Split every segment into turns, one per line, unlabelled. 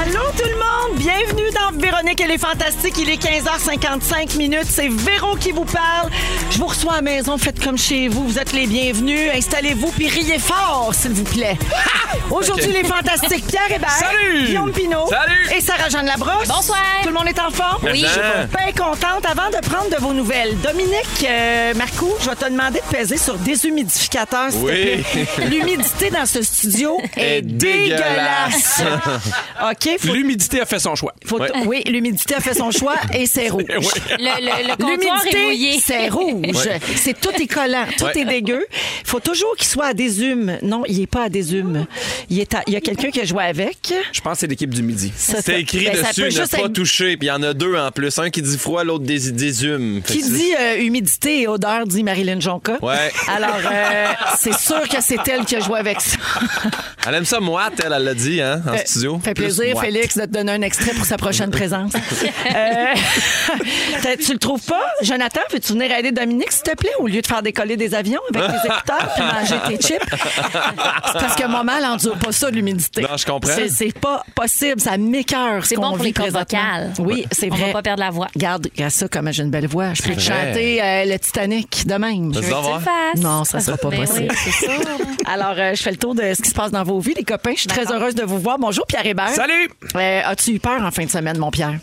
Allô tout le monde, bienvenue dans Véronique et les Fantastiques. Il est 15h55 minutes, c'est Véro qui vous parle. Je vous reçois à la maison, faites comme chez vous, vous êtes les bienvenus. Installez-vous puis riez fort, s'il vous plaît. Aujourd'hui, les Fantastiques, Pierre Hébert,
Salut!
Guillaume Pinot
Salut!
et Sarah-Jeanne Labrosse.
Bonsoir.
Tout le monde est en forme?
Oui.
Je suis bien contente. Avant de prendre de vos nouvelles, Dominique euh, Marcoux, je vais te demander de peser sur déshumidificateur, s'il
Oui.
te plaît. L'humidité dans ce studio est
Est dégueulasse.
dégueulasse. OK, faut
L'humidité a fait son choix.
faut
Ouais.
Oui, l'humidité a fait son choix et c'est rouge.
Le, le, le comptoir est
L'humidité,
mouillé.
c'est rouge. C'est tout est collant, tout
Ouais.
est dégueu. Il faut toujours qu'il soit à des humes. Non, il n'est pas à des humes. Il, est à- il y a quelqu'un qui a joué avec.
Je pense que c'est l'équipe du midi.
Ça, ça-
C'est écrit
ben, ça
dessus,
peut
ne
juste
pas
être-
toucher. Puis il y en a deux en plus. Un qui dit froid, l'autre des, des humes. Fait
Qui
que c'est-
dit euh, humidité et odeur dit Marilyn Jonca.
Ouais.
Alors, euh, c'est sûr que c'est elle qui a joué avec ça.
Elle aime ça moite, elle, elle l'a dit, hein, en
Fait-
studio.
Fait
Plus
plaisir,
moite.
Félix, de te donner un extrait pour sa prochaine présence. Euh, t'as- tu le trouves pas? Jonathan, veux-tu venir aider Dominique, s'il te plaît, au lieu de faire décoller des avions avec tes écouteurs puis manger tes chips? C'est parce que maman, elle endure pas ça, l'humidité.
Non, je comprends.
C'est- C'est pas possible, ça m'écœure. ce
C'est bon
qu'on
pour
vit
les cordes
présentement.
vocales.
Oui, c'est
On
vrai.
va pas perdre la voix.
Regarde, regarde ça, comme j'ai une belle voix. Je peux te
vrai.
chanter euh, le Titanic de même.
Vas-y.
Tu veux que tu
hein?
le fasses?
Non, ça sera pas
Ben oui,
possible.
c'est ça.
Alors, euh, je fais le tour de ce qui se passe dans vos vies, les copains. Je suis très heureuse de vous voir. Bonjour, Pierre Hébert.
Salut!
Euh, As-tu eu peur en fin de semaine, mon Pierre?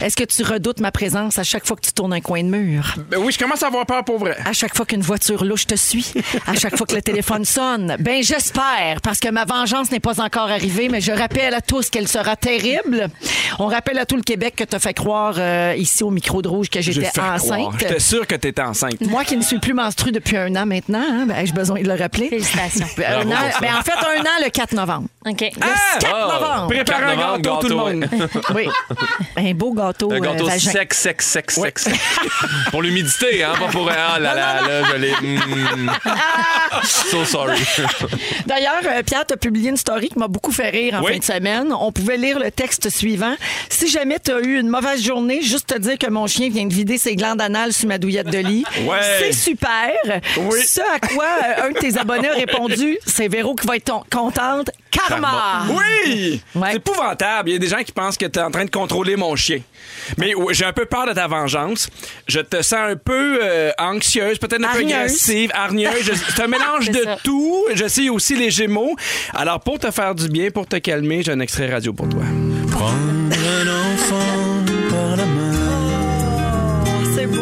Est-ce que tu redoutes ma présence à chaque fois que tu tournes un coin de mur?
Ben oui, je commence à avoir peur pour vrai.
À chaque fois qu'une voiture louche te suit? À chaque fois que le téléphone sonne? Ben, j'espère, parce que ma vengeance n'est pas encore arrivée, mais je rappelle à tous qu'elle sera terrible. On rappelle à tout le Québec que t'as fait croire euh, ici au micro de rouge que
J'ai
j'étais
fait croire.
enceinte.
J'étais sûr que t'étais enceinte.
Moi qui ne suis plus menstruée depuis un an maintenant, hein, ben, j'ai besoin de le rappeler.
Félicitations.
Un an- ben, en fait, un an le 4 novembre.
OK.
Ah!
4 novembre!
Prépare un
Quatre
gâteau,
novembre,
tout le
gâteau,
monde.
Oui. Un beau gâteau,
Un gâteau
euh, vagin.
sec, sec, sec, sec, sec. pour l'humidité, hein, pas pour. Ah là là, là, je l'ai. Mm. so sorry.
D'ailleurs, euh, Pierre, t'as publié une story qui m'a beaucoup fait rire en
Oui.
fin de semaine. On pouvait lire le texte suivant. Si jamais t'as eu une mauvaise journée, juste te dire que mon chien vient de vider ses glandes anales sur ma douillette de lit.
Ouais.
C'est super.
Oui.
Ce à quoi euh, un de tes abonnés a répondu, c'est Véro qui va être ton- contente. Karma!
Oui!
Ouais.
C'est épouvantable. Il y a des gens qui pensent que t'es en train de contrôler mon chien. Mais ouais, j'ai un peu peur de ta vengeance. Je te sens un peu euh, anxieuse, peut-être un peu
Hargneuse.
agressive, hargneuse. Je- C'est un mélange
C'est
de
ça.
tout. Je sais aussi les gémeaux. Alors, pour te faire du bien, pour te calmer, j'ai un extrait radio pour toi.
C'est beau.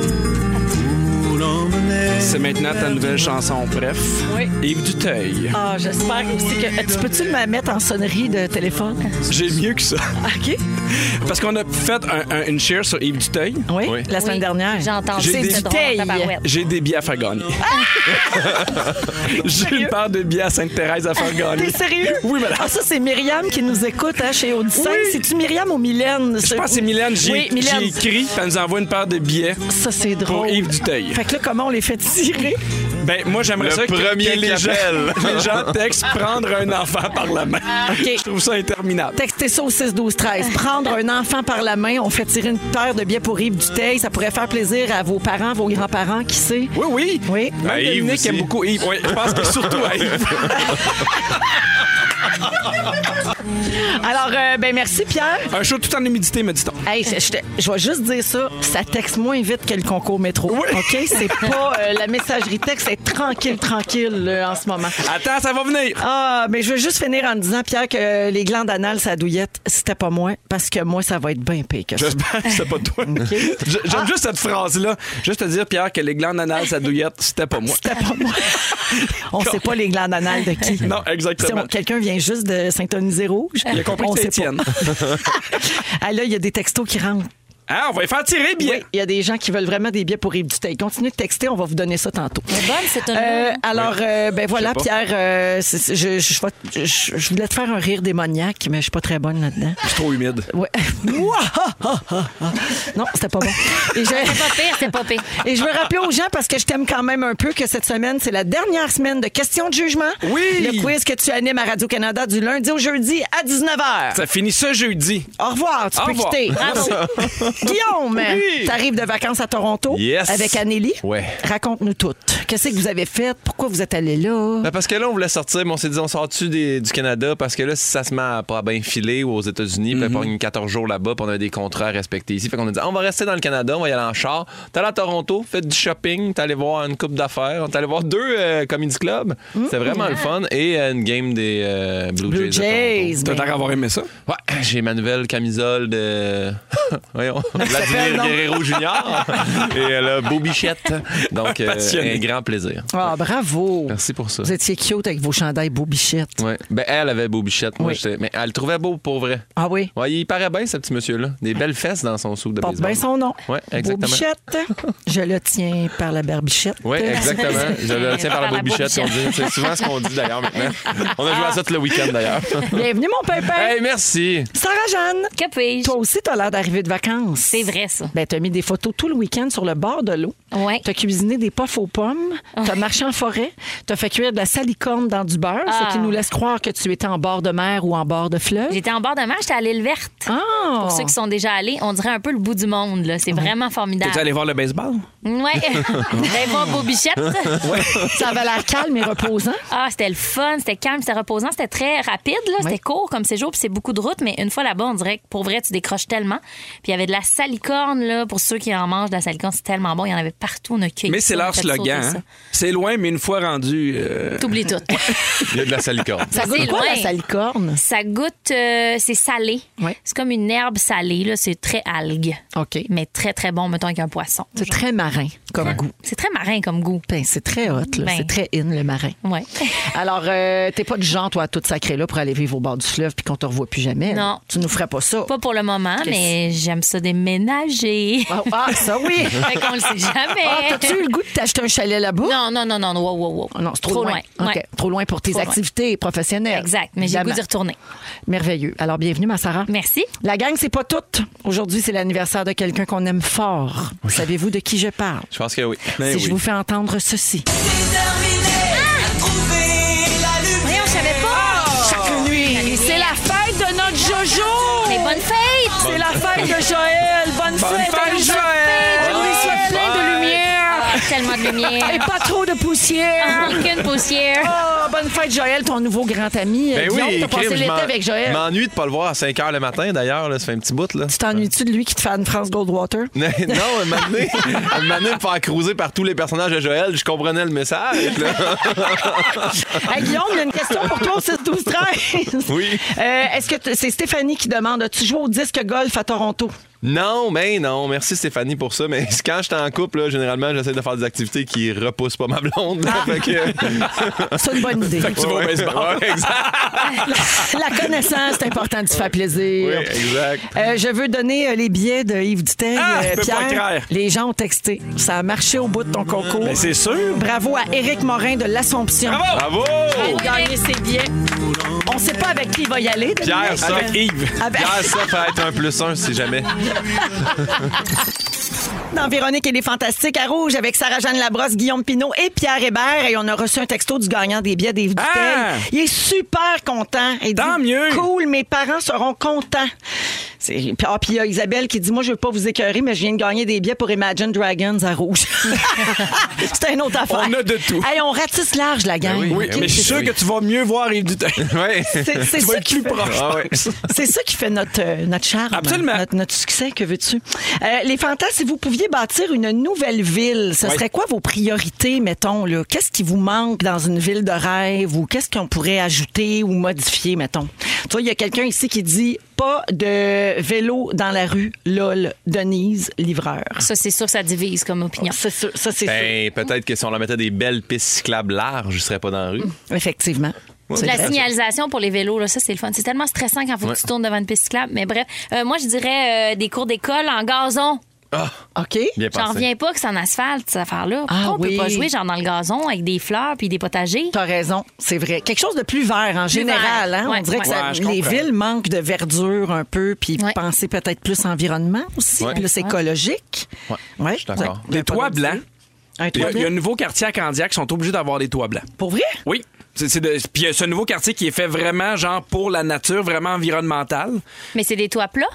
C'est maintenant ta nouvelle chanson, bref.
Oui.
Yves Duteuil.
Ah, j'espère aussi que. euh, Tu peux-tu me mettre en sonnerie de téléphone?
J'ai mieux que ça.
OK.
Parce qu'on a fait un- un- une share sur Yves Duteuil.
Oui,
Oui.
la semaine
Oui,
dernière.
J'ai entendu
J'ai
c'est
des
drôle en
tailles.
tabarouette.
J'ai des billets à faire gagner.
Ah!
J'ai une paire de billets à Sainte-Thérèse à faire gagner.
T'es sérieux?
Oui, madame.
Ah, ça, c'est Myriam qui nous écoute hein, chez Odyssey.
Oui.
C'est-tu Myriam ou Mylène?
Je pense que c'est Mylène. J'ai
Oui,
j'ai
Mylène.
écrit, puis elle nous envoie une paire de billets.
Ça, c'est drôle.
Pour Yves Duteuil.
Fait que là, comment on les fait tirer?
Ben, moi, j'aimerais
Le
ça que,
premier
que
qui
les, gens,
appelle.
les gens textent prendre un enfant par la main.
OK.
Je trouve ça interminable.
Textez ça au 6 12 13 Prendre un enfant par la main, on fait tirer une paire de billets pour Yves Duteuil. Ça pourrait faire plaisir à vos parents, vos grands-parents, qui sait?
Oui, oui.
Oui.
Même
À Yves
Dominique
aussi.
aime beaucoup Yves. Oui, je pense que surtout à Yves.
Alors, euh, ben merci, Pierre.
Un show tout en humidité, me dit-on.
Hey, je, je te- je vais juste dire ça, ça texte moins vite que le concours métro. OK? C'est pas euh, la messagerie texte, c'est tranquille, tranquille euh, en ce moment.
Attends, ça va venir.
Ah, mais je veux juste finir en disant, Pierre, que euh, les glandes anales, sa douillette, c'était pas moi, parce que moi, ça va être bien pire que ça.
J'espère que c'était pas toi. Je- J'aime juste cette phrase-là. Juste te dire, Pierre, que les glandes anales, sa douillette, c'était pas moi.
C'était pas moi. On sait pas les glandes anales de qui.
Non, exactement.
Si on- Quelqu'un vient juste de syntoniser rouge.
Il a compris
on
que
sait
c'était Étienne.
pas. Ah, là, il y a des textos qui rentrent.
Ah, on va les faire tirer bien.
Oui, il y a des gens qui veulent vraiment des billets pour Yves Duteil. Continuez de texter, on va vous donner ça tantôt.
Mais bonne, cette
Euh,
tonne-là.
alors, euh, ben voilà,
pas.
Pierre, euh, c'est- c'est- je, je, vais- je- je voulais te faire un rire démoniaque, mais je suis pas très bonne là-dedans.
C'est trop humide.
Ouais. non, c'était pas bon. Et
C'est
je,
pas pire, c'est pas pire.
et je veux rappeler aux gens, parce que je t'aime quand même un peu, que cette semaine, c'est la dernière semaine de questions de jugement.
Oui.
Le quiz que tu animes à Radio-Canada du lundi au jeudi à 19h.
Ça finit ce jeudi.
Au revoir, tu
Au
peux
revoir.
quitter. Hein,
Bravo.
Guillaume,
Oui.
t'arrives de vacances à Toronto
Yes.
avec Anélie.
Ouais.
Raconte-nous tout. Qu'est-ce que vous avez fait? Pourquoi vous êtes allé là?
Ben, parce que là, on voulait sortir, mais on s'est dit, on sort-tu des- du Canada? Parce que là, si ça se met à pas bien filer ou aux États-Unis,
Mm-hmm.
puis on a 14 jours là-bas, puis on a des contrats à respecter ici. Fait qu'on a dit, Ah, on va rester dans le Canada, on va y aller en char. T'es allé à Toronto, fait du shopping, t'es allé voir une coupe d'affaires, t'es allé voir deux euh, comedy clubs. C'est vraiment le fun. Et euh, une game des euh, Blue,
Mm-hmm. Blue
Jays. de Toronto.
Jays.
T'as
ben,
l'air d'avoir aimé ça?
Ouais, j'ai ma nouvelle camisole de. Voyons,
s'appelle,
Vladimir
non?
Guerrero Junior. Et euh, là, Beau Bichette. Donc, euh,
Passionné.
un grand plaisir.
Ah, bravo.
Merci pour ça.
Vous étiez cute avec vos chandails beaux bichettes.
Ouais. Ben, elle avait beau bichette. Moi,
Oui.
j'étais- Mais elle le trouvait beau pour vrai.
Ah oui?
Ouais, il paraît bien, ce petit monsieur-là. Des belles fesses dans son soupe de
Porte
baseball.
bien son nom.
Ouais, exactement.
Beau bichette. Je le tiens par la barbichette.
Oui, exactement. Je le tiens par la beau bichette. on dit. C'est souvent ce qu'on dit d'ailleurs maintenant. On
Ah.
a joué à ça tout le week-end d'ailleurs.
Bienvenue, mon pimpin.
hey, merci.
Sarah-Jeanne,
Que puis-je?
toi aussi, t'as l'air d'arriver de vacances.
C'est vrai, ça.
Ben, t'as mis des photos tout le week-end sur le bord de l'eau.
Ouais.
T'as cuisiné des puffs aux pommes. T'as marché en forêt. T'as fait cuire de la salicorne dans du beurre,
Ah.
ce qui nous laisse croire que tu étais en bord de mer ou en bord de fleuve.
J'étais en bord de mer, j'étais à l'île verte.
Ah!
Pour ceux qui sont déjà allés, on dirait un peu le bout du monde. là. C'est vraiment
T'es
formidable.
allé voir le baseball?
Ouais. Ben, bon, beau bichette.
Ça avait l'air calme et reposant.
Ah, c'était le fun, c'était calme, c'était reposant, c'était très rapide, là. C'était court comme séjour, puis c'est beaucoup de route, mais une fois là-bas, on dirait que pour vrai, tu décroches tellement. Puis il y avait de la salicorne, là, pour ceux qui en mangent de la salicorne, c'est tellement bon, il y en avait partout, on a cueilli
Mais
ça,
c'est
on a
leur
fait
slogan.
sauter ça.
hein. C'est loin, mais une fois rendu. euh,
T'oublies tout.
Il y a de la salicorne.
Ça goûte
C'est
quoi,
loin.
la salicorne?
Ça goûte, euh, c'est salé.
Ouais.
C'est comme une herbe salée, là, c'est très algue.
OK.
Mais très, très bon, mettons, avec un poisson.
C'est très marin comme goût.
C'est très marin comme goût.
Ben, c'est très hot, là.
Ben.
C'est très in, le marin.
Ouais.
Alors, euh, t'es pas du genre, toi, à tout sacré là pour aller vivre au bord du fleuve puis qu'on te revoit plus jamais. là.
Non.
Tu nous ferais pas ça.
Pas pour le moment, mais j'aime ça déménager.
Ah, ah, ça oui!
fait qu'on le sait jamais.
Ah, t'as-tu eu le goût de t'acheter un chalet là-bas?
Non, non, non, non, non, wow, wow, wow.
oh. Ah Non, c'est trop, loin. OK.
Ouais.
Trop loin pour tes
Trop loin.
activités professionnelles.
Exact, mais j'ai le goût
Évidemment.
d'y retourner.
Merveilleux. Alors, bienvenue, ma Sarah.
Merci.
La gang, c'est pas toute. Aujourd'hui, c'est l'anniversaire de quelqu'un qu'on aime fort. Savez-vous de qui je parle?
Je pense que oui.
Ben
si
oui.
je vous fais entendre ceci.
on savait pas.
Chaque nuit, c'est la fête de notre Jojo!
Mais bonne fête.
C'est la fête de Joël! Bonne, fête,
fête,
à
Joël!
Joël!
Bonne
Oui, plein de
fête!
lumière!
Ah, tellement de
Et
lumière.
pas trop de poussière!
Aucune poussière.
Ah, bonne fête, Joël, ton nouveau grand ami.
Ben
Guillaume,
oui,
t'as passé
crime, je
l'été
m'en-
avec Joël.
m'ennuie de pas le voir à 5 h le matin d'ailleurs. là. Ça fait un petit bout. là.
Tu t'ennuies-tu de lui qui te fait Anne-France Goldwater?
non, un moment donné, un moment donné, me faire cruiser par tous les personnages de Joël, je comprenais le message. là.
Hey, Guillaume, il y a une question pour toi au 6 12 13
Oui.
Euh, Est-ce que t- c'est Stéphanie qui demande as-tu joué au disque golf à Toronto
Non, mais non. Merci Stéphanie pour ça. Mais quand j'étais en couple, là, généralement, j'essaie de faire des activités qui repoussent pas ma blonde. là. Fait que-
C'est une bonne idée.
Tu vas au
Ouais,
baseball.
ouais, exact.
La connaissance, c'est important de se faire plaisir.
Oui, exact.
Euh, je veux donner euh, les billets de Yves Duteil.
Ah,
euh,
je peux pas
Pierre.
croire.
les gens ont texté. Ça a marché au bout de ton concours.
Ben, c'est sûr.
Bravo à Éric Morin de l'Assomption.
Bravo!
Il a gagné ses billets. On sait pas avec qui il va y aller. Dominique.
Pierre, ça.
Avec Yves.
Avec-
Pierre, ça va être un plus un si jamais.
Dans Véronique et les Fantastiques à Rouge avec Sarah-Jeanne Labrosse, Guillaume Pinot et Pierre Hébert. Et on a reçu un texto du gagnant des billets des Dutel.
Ah!
Il est super content. Il
Tant
dit,
mieux!
Cool, mes parents seront contents. C'est- Ah, puis il y a Isabelle qui dit Moi, je veux pas vous écœurer, mais je viens de gagner des billets pour Imagine Dragons à Rouge. C'est une autre affaire.
On a de tout.
Hey, on ratisse large, la gang.
Ben oui,
Oui,
ben
OK?
mais je suis sûr
oui.
que tu vas mieux voir Yves Duteil.
Ouais.
C'est- c'est
Tu vas
ça
être
qui
plus
fait-
proche.
Ah ouais.
c'est ça qui fait notre, euh, notre charme.
Absolument.
Notre, notre succès, que veux-tu? Euh, les fantasmes, si vous pouviez bâtir une nouvelle ville, ce serait quoi vos priorités, mettons? là? Qu'est-ce qui vous manque dans une ville de rêve ou qu'est-ce qu'on pourrait ajouter ou modifier, mettons? Tu vois, il y a quelqu'un ici qui dit pas de vélo dans la rue, lol, Denise, livreur.
Ça, c'est sûr, ça divise comme opinion.
C'est sûr, ça, c'est
Ben, peut-être que si on leur mettait des belles pistes cyclables larges, je serais pas dans la rue.
sûr. Effectivement.
De la
vrai.
signalisation pour les vélos, là, ça, c'est le fun. C'est tellement stressant quand faut
Ouais.
que tu tournes devant une piste cyclable. Mais bref, Euh, moi, je dirais euh, des cours d'école en gazon.
Ah,
OK.
bien
J'en
pensé.
reviens pas que c'est en asphalte, cette affaire-là.
Ah
Pourquoi on
oui.
peut pas jouer genre dans le gazon avec des fleurs puis des potagers?
T'as raison, c'est vrai. Quelque chose de plus vert en général.
vert.
Hein?
Ouais,
On dirait que
ouais.
ça-
Ouais, je
les
comprends.
villes manquent de verdure un peu, puis
Ouais.
penser peut-être plus environnement aussi,
Ouais.
plus écologique.
Ouais, je suis d'accord.
Ouais.
Des
Pas
toits
d'autre
blancs.
Un
Il y,
toit
a, il y a
blanc.
un nouveau quartier à Candiac qui sont obligés d'avoir des toits blancs.
Pour vrai?
Oui. C'est, c'est de- puis il y a ce nouveau quartier qui est fait vraiment genre pour la nature, vraiment environnemental.
Mais c'est des toits plats?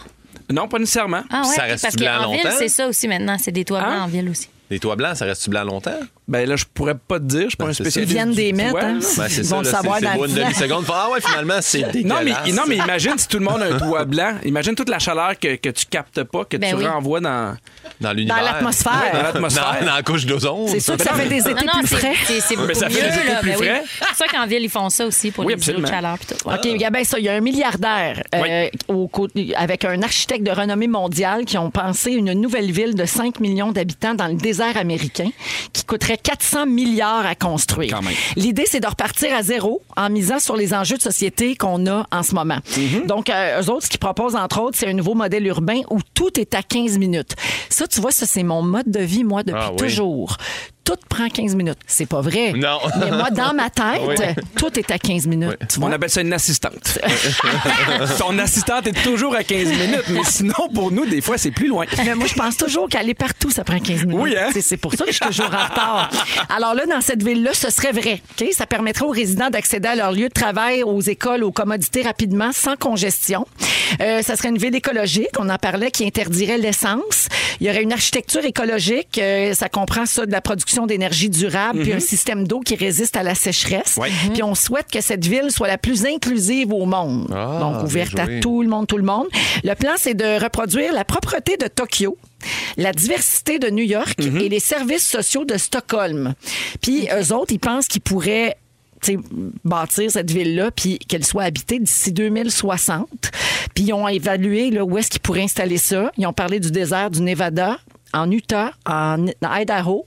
Non, pas nécessairement.
Ah
Ça
ouais,
reste
parce
blanc
qu'en ville,
longtemps?
c'est ça aussi maintenant. C'est des toits
Hein?
blancs en ville aussi.
Les toits blancs, ça reste-tu blanc longtemps?
Ben là, je pourrais pas te dire, je suis pas
Ben,
un
c'est
spécialiste.
Ils viennent
du-
des
du
mettre,
toit,
hein?
là.
Ben, c'est
Ils vont
ça, là,
le
c'est-
savoir
c'est
dans
beau
le
une
temps.
demi-seconde. Faut- Ah ouais, finalement, c'est
Ben, Non
dégueulasse.
mais, non, mais imagine si tout le monde a un toit blanc. Imagine toute la chaleur que, que tu captes pas, que
Ben
tu
oui.
renvoies dans.
Dans l'univers.
Dans l'atmosphère.
Dans l'atmosphère.
Dans, dans la couche d'ozone.
Oh,
C'est sûr que ça fait des étés plus
c'est-
frais.
c'est c'est beaucoup
ça
mieux.
fait des étés
là,
plus
ben oui.
frais.
C'est pour ça qu'en ville, ils font ça aussi pour
Oui,
les îlots de
absolument.
chaleur. puis tout. Ouais.
OK, regarde bien ça. Il y a un milliardaire euh,
Oui.
au côté- avec un architecte de renommée mondiale qui ont pensé une nouvelle ville de 5 millions d'habitants dans le désert américain qui coûterait 400 milliards à construire.
Quand même.
L'idée, c'est de repartir à zéro en misant sur les enjeux de société qu'on a en ce moment.
Mhm.
Donc, euh, eux autres, ce qu'ils proposent, entre autres, c'est un nouveau modèle urbain où tout est à 15 minutes. Ça, tu vois, ça, c'est mon mode de vie, moi, depuis
Ah oui.
toujours. Tout prend 15 minutes. C'est pas vrai.
Non.
Mais moi, dans ma tête,
Oui.
tout est à 15 minutes. Tu vois?
On appelle ça une assistante. Ton assistante est toujours à 15 minutes, mais sinon, pour nous, des fois, c'est plus loin.
Mais moi, je pense toujours qu'aller partout, ça prend 15 minutes.
Oui, hein?
C'est- C'est pour ça que je suis toujours en retard. Alors là, dans cette ville-là, ce serait vrai. OK? Ça permettrait aux résidents d'accéder à leur lieu de travail, aux écoles, aux commodités rapidement, sans congestion. Euh, ça serait une ville écologique, on en parlait, qui interdirait l'essence. Il y aurait une architecture écologique, euh, ça comprend ça de la production d'énergie durable, puis un système d'eau qui résiste à la sécheresse.
Mm-hmm. Ouais.
Puis on souhaite que cette ville soit la plus inclusive au monde.
Ah,
Donc ouverte
bien
à
joué.
tout tout le monde, tout le monde. Le plan, c'est de reproduire la propreté de Tokyo. La diversité de New York
Mhm.
et les services sociaux de Stockholm. Puis eux autres, ils pensent qu'ils pourraient tu sais, bâtir cette ville-là, puis qu'elle soit habitée d'ici 2060. Puis ils ont évalué là, où est-ce qu'ils pourraient installer ça. Ils ont parlé du désert du Nevada, en Utah, en dans Idaho,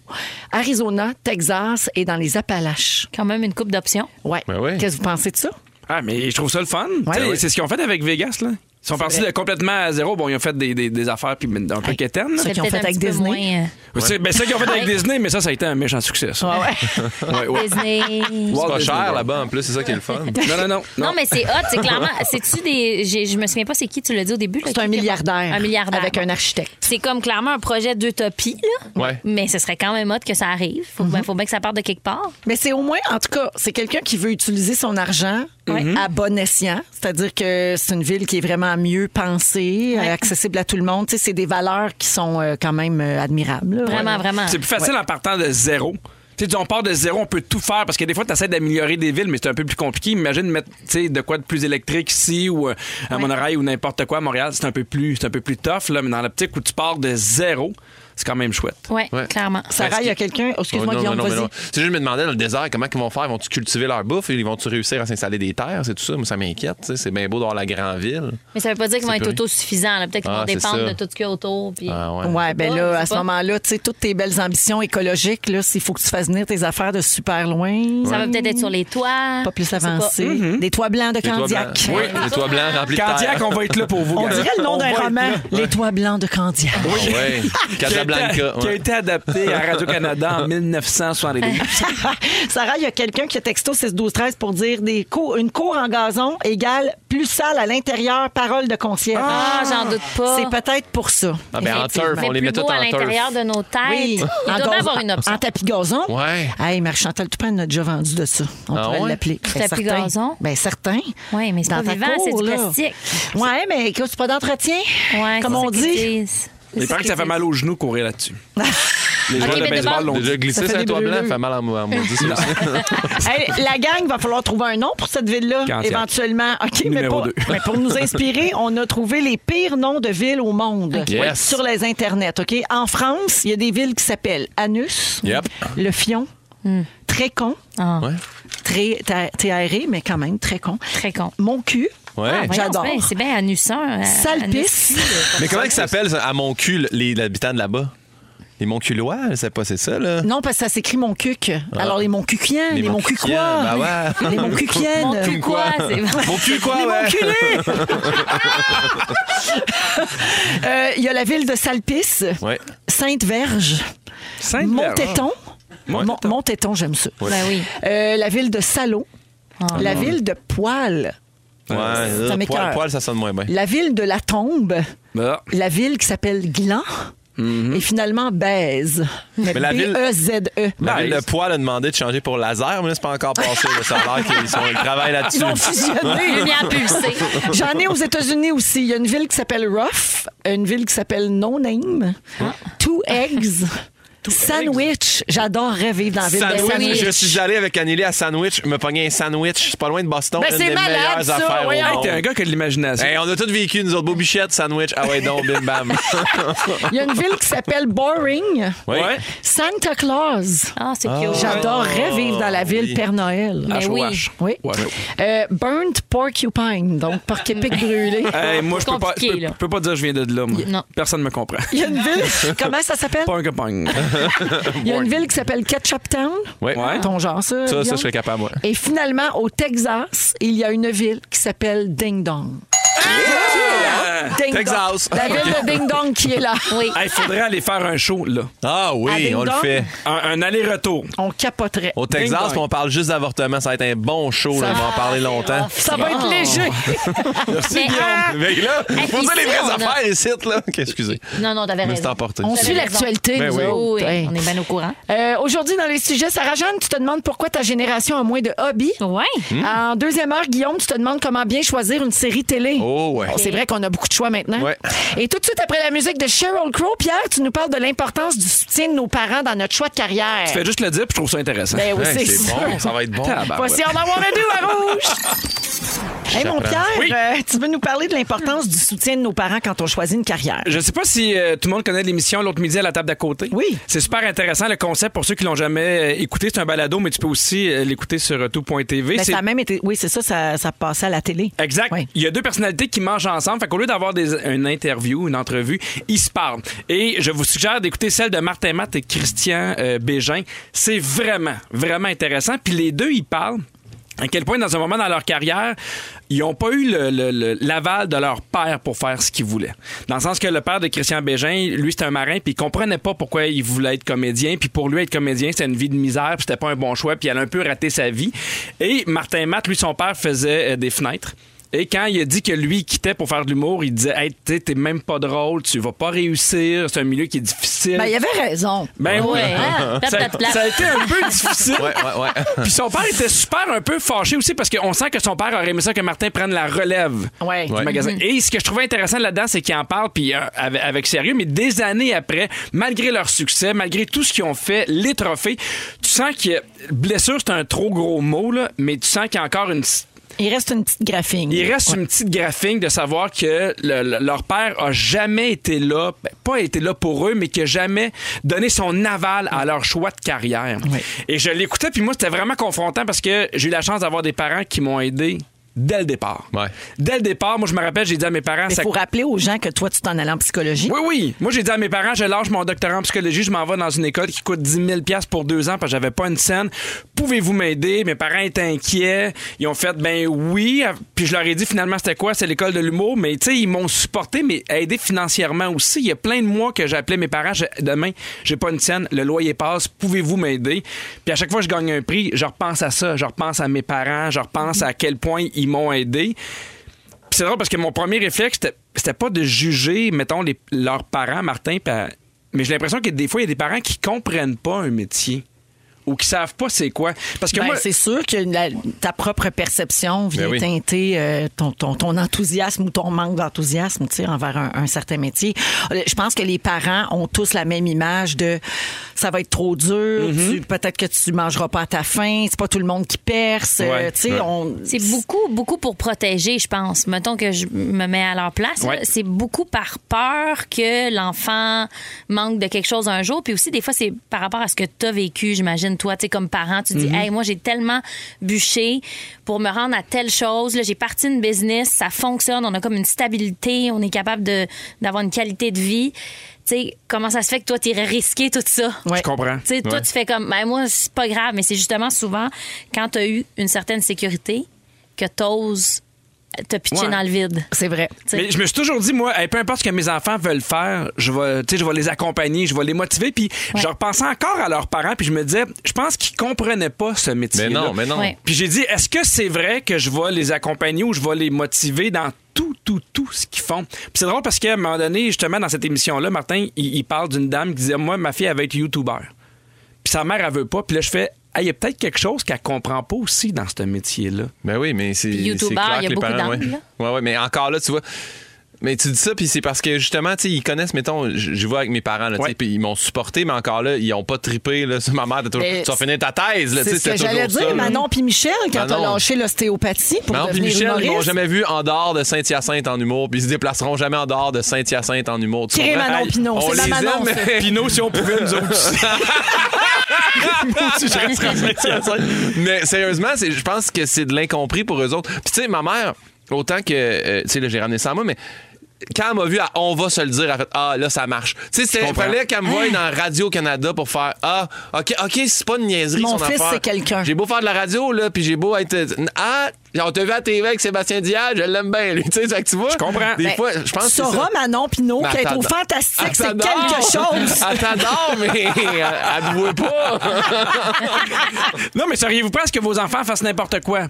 Arizona, Texas et dans les Appalaches.
Quand même une coupe d'options.
Ouais.
Ben oui.
Qu'est-ce que vous pensez de ça?
Ah, mais je trouve ça le fun.
Ouais.
Tu sais,
Ouais.
C'est ce qu'ils ont fait avec Vegas, là. Ils sont partis
vrai.
de complètement à zéro. Bon, ils ont fait des, des- des affaires puis un peu quétaines. là.
Ceux
C'est
qui ont
peut-être
fait
un
avec
petit peu
Disney.
moins, euh,
C'est ben, ça qu'ils ont fait avec
Ouais.
Disney, mais ça, ça a été un méchant succès.
Ah
ça. Ouais, ouais.
euh, Disney.
C'est
Walt
pas
Disney
cher
World.
là-bas en plus, c'est ça qui est le fun.
Non, non, non.
Non, mais c'est hot, c'est clairement. C'est-tu des. j'ai- Je me souviens pas c'est qui, tu l'as dit au début. là,
C'est
qui-
un
qui-
milliardaire,
Un milliardaire.
avec un architecte.
C'est comme clairement un projet d'utopie, là.
Ouais.
Mais ce serait quand même hot que ça arrive. Faut,
Mm-hmm.
ben, faut bien que ça parte de quelque part.
Mais c'est au moins, en tout cas, c'est quelqu'un qui veut utiliser son argent
Mhm.
à bon escient. C'est-à-dire que c'est une ville qui est vraiment mieux pensée, euh, accessible à tout le monde. Tu sais, c'est des valeurs qui sont euh, quand même euh, admirables. là.
Vraiment, vraiment.
C'est plus facile en partant de zéro. Tu sais, on part de zéro, on peut tout faire parce que des fois, tu essaies d'améliorer des villes, mais c'est un peu plus compliqué. Imagine mettre tu sais, de quoi de plus électrique ici ou euh, à Monorail ou n'importe quoi à Montréal. C'est un peu plus c'est un peu plus tough, là, mais dans l'optique où tu pars de zéro, c'est quand même chouette.
Ouais,
Ouais.
clairement.
Sarah, il y a quelqu'un. oh, excuse-moi,
Oh, non,
Guillaume,
non, non, mais
vas-y.
non. C'est juste, je me demandais dans le désert, comment ils vont faire? Vont-tu cultiver leur bouffe? Ils vont-tu réussir à s'installer des terres? C'est tout ça. Moi, ça m'inquiète. tu sais. C'est bien beau d'avoir la grande ville.
Mais ça veut pas dire qu'ils vont
C'est
être
pas-
autosuffisants. là. Peut-être qu'ils
Ah,
vont
c'est
dépendre
ça.
de tout ce qu'il y a autour. puis-
Ah ouais.
Ouais, ben
Ouais,
là,
je
à
sais
ce
pas.
moment-là, tu sais, toutes tes belles ambitions écologiques, là, s'il faut que tu fasses venir tes affaires de super loin.
Ça va peut-être être sur les toits.
Pas plus
Je sais
avancé. Des toits blancs de
Les Mhm. toits
Candiac.
blancs. Oui, les toits blancs remplis de
Candiac,
terre.
on va être là pour vous.
On
gars.
dirait le nom
On
d'un
va être
roman.
là.
Les toits blancs de Candiac.
Ah ouais.
Qui a, été,
Casablanca.
qui a
ouais.
été adapté à Radio-Canada en 1972.
Ah, Sarah, il y a quelqu'un qui a texto 6 12 13 pour dire des cours, une cour en gazon égale plus sale à l'intérieur, parole de concierge.
Ah, j'en doute pas.
C'est peut-être pour ça.
Ah, ben, en
Effectivement.
turf, on
Mais
les met
plus
tous
beau
en
à
turf.
l'intérieur de nos têtes. Il doit
gazon-
bien avoir une option.
en tapis gazon.
Ouais.
Hey, Marchantal Toupin elle en a déjà vendu de ça. On
Ah
pourrait
ouais?
l'appeler.
Du
Ben,
tapis
certain.
gazon?
Ben, certain.
Oui, mais c'est
Dans
pas
ta
vivant, c'est
cour,
du
là.
plastique.
Ouais, mais écoute, c'est pas d'entretien.
Ouais,
comme
c'est
on
ça qu'ils
dit.
disent.
Il paraît que ça fait mal aux genoux courir là-dessus.
Ah.
Les
Ok,
joueurs de
mais de
baseball
base-
l'ont dit.
Déjà
Ça
glisser
fait
sur un
des
toit blanc,
brûlures.
fait mal à moi. à moi aussi.
Hey, la gang, va falloir trouver un nom pour cette ville-là,
Candiac.
éventuellement. OK, mais
Numéro
pour,
deux.
mais pour nous inspirer, on a trouvé les pires noms de villes au monde
Yes.
sur les internets. OK? En France, il y a des villes qui s'appellent Anus,
Yep.
Le Fion,
Hmm.
Trécon,
Ah,
Ouais.
très ta- TRE, mais quand même très con.
Très con.
Mon cul,
Ouais.
Ah, voyons,
J'adore.
c'est bien- C'est bien euh, anusant.
Sale pisse.
Mais comment ils s'appellent à mon cul les les habitants de là-bas? Les Montculois, je sais pas, c'est ça, là?
Non, parce que ça s'écrit mon cuc. Alors, les Montcuquiens, les,
Montcuquiens,
Montcuquois,
bah ouais.
les Montcuquiennes.
Mon cul quoi? C'est
Mon cul, quoi,
Les
ouais.
Monculés! Ah! Euh, Il y a la ville de Salpice,
Ouais.
Sainte-Verge, Montéton.
Ouais.
Mon- Montéton, j'aime ça.
Ben oui.
Euh, la ville de Salon,
Ah.
la ville de Poil,
Ouais, euh,
Ça m'écoeure.
poil, poil, ça sonne moins bien.
la ville de La Tombe,
Ah.
la ville qui s'appelle Glan. Et finalement, Baise. E Mais
Mm-hmm. la ville-
B-E-Z-E.
La
Nice.
ville de poil a demandé de changer pour laser, mais là, c'est pas encore passé. là. Ça a l'air qu'ils sont- ils travaillent là-dessus.
Ils ont fusionné.
Lumière pulsée.
J'en ai aux États-Unis aussi. Il y a une ville qui s'appelle Rough, une ville qui s'appelle No Name, Two Eggs, Sandwich. J'adorerais vivre dans la ville de
Sandwich,
Sandwich.
je suis allé avec Anneli à Sandwich, je me pognais un sandwich, c'est pas loin de Boston,
Ben,
une
c'est
des
malade,
meilleures
ça,
affaires
voyons.
au
Hey,
monde.
t'es un gars qui a de l'imagination.
Hey, on a tous vécu, nous autres, bobichette, sandwich, ah ouais, donc, bim bam.
Il y a une ville qui s'appelle Boring,
Oui.
Ouais.
Santa Claus.
Ah, c'est cute.
J'adorerais vivre dans la ville
oui.
Père Noël.
Mais oui.
H.
Ben Oui.
Ouais.
Euh, burnt porcupine, donc porc épic brûlé.
Hey, moi, je peux pas, je
Compliqué,
peux,
là.
je peux pas dire que je viens de là. Moi.
Non.
Personne ne me comprend.
Il y a une ville, comment ça s'appelle?
Pas un copain.
Il y a une ville qui s'appelle Ketchup Town.
Ouais.
Ouais.
Ton genre, ça.
Ça, ça,
Guillaume?
je serais capable, moi.
Et finalement, au Texas, il y a une ville qui s'appelle Ding Dong. Ah! Ding
Texas.
Dong. La ville de Ding Dong qui est là.
Oui.
Il faudrait aller faire un show, là.
Ah
À
oui,
Ding
on le
Dong.
fait.
Un, un aller-retour.
On capoterait.
Au Texas,
Ding
puis on parle juste d'avortement. Ça va être un bon show. Là, on va en parler longtemps.
Ça va être léger.
Mais, ah,
Mais là,
Hey,
faut dire les
ici,
vraies
on a-
affaires ici, là. Ok, excusez.
non, non, t'avais
Mais c'est
raison.
emporté.
On
Vous
suit
avez
l'actualité,
Ben
nous
oui.
autres.
Oui,
Hey.
on est bien au courant.
Euh, Aujourd'hui, dans les sujets, Sarah-Jeanne, tu te demandes pourquoi ta génération a moins de hobbies.
Oui.
En deuxième heure, Guillaume, tu te demandes comment bien choisir une série télé.
Oh, ouais.
Bon, C'est vrai qu'on a beaucoup de choix maintenant.
Ouais.
Et tout de suite après la musique de Sheryl Crow, Pierre, tu nous parles de l'importance du soutien de nos parents dans notre choix de carrière.
Fais juste le dire, puis je trouve ça intéressant.
Ben oui,
Hey,
c'est
c'est
sûr.
bon, ça va être bon.
Tabarouette.
Voici en avoir un deux à rouge. Hey, mon Pierre, euh, tu veux nous parler de l'importance du soutien de nos parents quand on choisit une carrière.
Je sais pas si euh, tout le monde connaît l'émission L'autre midi à la table d'à côté.
Oui.
C'est super intéressant le concept pour ceux qui l'ont jamais euh, écouté. C'est un balado, mais tu peux aussi euh, l'écouter sur euh, tout.tv.
Ben,
C'est-
ça a même été, oui, c'est ça, ça, ça passait à la télé.
Exact.
Oui.
Il y a deux personnalités qui mangent ensemble. Fait qu'au lieu d'avoir des, une interview, une entrevue, ils se parlent. Et je vous suggère d'écouter celle de Martin Matt et Christian euh, Bégin. C'est vraiment, vraiment intéressant. Puis les deux, ils parlent. À quel point, dans un moment dans leur carrière, ils n'ont pas eu le- le- le- l'aval de leur père pour faire ce qu'ils voulaient. Dans le sens que le père de Christian Bégin, lui, c'était un marin, puis il comprenait pas pourquoi il voulait être comédien. Puis pour lui, être comédien, c'était une vie de misère, puis c'était pas un bon choix, puis il allait un peu rater sa vie. Et Martin Matt, lui, son père faisait euh, des fenêtres. Et quand il a dit que lui il quittait pour faire de l'humour, il disait Hey, tu sais, t'es même pas drôle, tu vas pas réussir, c'est un milieu qui est difficile.
Ben, il avait raison.
Ben oui.
Ouais, hein?
Ça,
Perte de place.
ça a été un peu difficile.
Ouais, ouais, ouais.
Puis son père était super un peu fâché aussi parce qu'on sent que son père aurait aimé ça que Martin prenne la relève
Ouais.
du magasin. Et ce que je trouvais intéressant là-dedans, c'est qu'il en parle puis euh, avec, avec sérieux, mais des années après, malgré leur succès, malgré tout ce qu'ils ont fait, les trophées, tu sens que blessure, c'est un trop gros mot, là, mais tu sens qu'il y a encore une
Il reste une petite graphine.
il reste une petite graphique de savoir que le- le- leur père a jamais été là, ben, pas été là pour eux, mais qui a jamais donné son aval à leur choix de carrière.
Oui.
Et je l'écoutais, puis moi, c'était vraiment confrontant parce que j'ai eu la chance d'avoir des parents qui m'ont aidé dès le départ.
Ouais.
Dès le départ, moi, je me rappelle, j'ai dit à mes parents...
Il
ça-
faut rappeler aux gens que toi, tu t'en allais en psychologie.
oui, oui. Moi, j'ai dit à mes parents, je lâche mon doctorat en psychologie, je m'en vais dans une école qui coûte 10 000 pour deux ans parce que j'avais pas une scène. Pouvez-vous m'aider? Mes parents étaient inquiets. Ils ont fait, ben oui. Puis je leur ai dit finalement, c'était quoi? C'est l'école de l'humour. Mais tu sais, ils m'ont supporté, mais aidé financièrement aussi. Il y a plein de mois que j'appelais mes parents, Je- demain, j'ai pas une scène, le loyer passe, pouvez-vous m'aider? Puis à chaque fois que je gagne un prix, je repense à ça. Je repense à mes parents, je repense à quel point ils m'ont aidé. Puis c'est drôle parce que mon premier réflexe, c'était- c'était pas de juger, mettons, les- leurs parents, Martin, pis à- mais j'ai l'impression que des fois, il y a des parents qui comprennent pas un métier ou qui savent pas c'est quoi. Parce que
Ben,
moi,
c'est sûr que la- ta propre perception vient
Ben oui.
teinter euh, ton, ton- ton enthousiasme ou ton manque d'enthousiasme tu sais, envers un, un certain métier. Euh, Je pense que les parents ont tous la même image de ça va être trop dur,
Mm-hmm.
tu- peut-être que tu mangeras pas à ta faim, c'est pas tout le monde qui perce. euh,
Ouais.
tu sais, on-
C'est beaucoup, beaucoup pour protéger, je pense. Mettons que je me mets à leur place.
Ouais.
là. C'est beaucoup par peur que l'enfant manque de quelque chose un jour. Puis aussi, des fois, c'est par rapport à ce que tu as vécu, j'imagine, toi, tu sais, comme parent, tu dis,
Mhm.
hey, moi, j'ai tellement bûché pour me rendre à telle chose. Là, j'ai parti une business, ça fonctionne, on a comme une stabilité, on est capable de- d'avoir une qualité de vie. sais, comment ça se fait que toi, t'irais risquer tout ça?
Ouais.
Je comprends.
Tu sais, toi,
Ouais.
tu fais comme, ben, moi, c'est pas grave, mais c'est justement souvent quand t'as eu une certaine sécurité que t'oses te pitcher
Ouais.
dans le vide.
C'est vrai.
Tu sais.
Mais je me suis toujours dit, moi, hey, peu importe ce que mes enfants veulent faire, je vais, tu sais, je vais les accompagner, je vais les motiver. Puis je repensais encore à leurs parents, puis je me disais, je pense qu'ils comprenaient pas ce métier.
Mais non, mais non.
Ouais.
Puis j'ai dit, est-ce que c'est vrai que je vais les accompagner ou je vais les motiver dans tout, tout, tout ce qu'ils font? Puis c'est drôle parce qu'à un moment donné, justement, dans cette émission-là, Martin, il, il parle d'une dame qui disait, moi, ma fille, elle va être youtubeur. Puis sa mère, elle veut pas. Puis là, je fais, Ah, il y a peut-être quelque chose qu'elle comprend pas aussi dans ce métier-là.
Ben oui, mais c'est
Puis
c'est
YouTuber,
clair
il y a
que les
beaucoup
parents, ouais.
d'angles, là.
Ouais, ouais, mais encore là, tu vois. Mais tu dis ça, puis c'est parce que justement, tu sais, ils connaissent, mettons, je je vois avec mes parents, là, tu sais,
Ouais.
puis ils m'ont supporté, mais encore là, ils n'ont pas trippé, là, sur ma mère, t'as toujours,
Mais
tu vas finir ta thèse, là,
Ben,
tu
C'est
sais,
ce que
toujours
j'allais
ça,
dire,
là.
Manon puis Michel, quand t'as
Manon.
lâché l'ostéopathie pour
Manon puis
devenir
Michel, ils m'ont
humoriste.
jamais vu en dehors de Saint-Hyacinthe en humour, puis ils se déplaceront jamais en dehors de Saint-Hyacinthe en humour. Tu
Crée
comprends?
Manon
Hey,
Pinot,
on
c'est ma
les
Manon,
aime,
ça.
mais-
Pinot, si on pouvait, nous autres aussi.
Si je reste en Saint-Hyacinthe. Mais sérieusement, c'est- je pense que c'est de l'incompris pour eux autres. Puis tu sais, ma mère, autant que. euh, tu sais, là, j'ai ramené ça à moi, mais. Quand elle m'a vu à On va se le dire, elle a fait Ah, là, ça marche. Tu sais, il
comprends.
fallait qu'elle me voie dans Radio-Canada pour faire Ah, OK, OK, c'est pas une niaiserie.
Mon
son
fils,
affaire.
c'est quelqu'un.
J'ai beau faire de la radio, là, puis j'ai beau être. Ah, on t'a vu à TV avec Sébastien Diage, je l'aime bien, lui. Tu sais, fait que tu vois. Je
comprends.
Des
Ben,
fois, je pense que. c'est
Sora
ça.
Manon Pinot,
Mais
qui est
attends- Ah,
au fantastique,
Elle
c'est
t'adore.
quelque chose.
Elle t'adore, mais elle ne voit pas.
non, mais seriez-vous prêts à ce que vos enfants fassent n'importe quoi?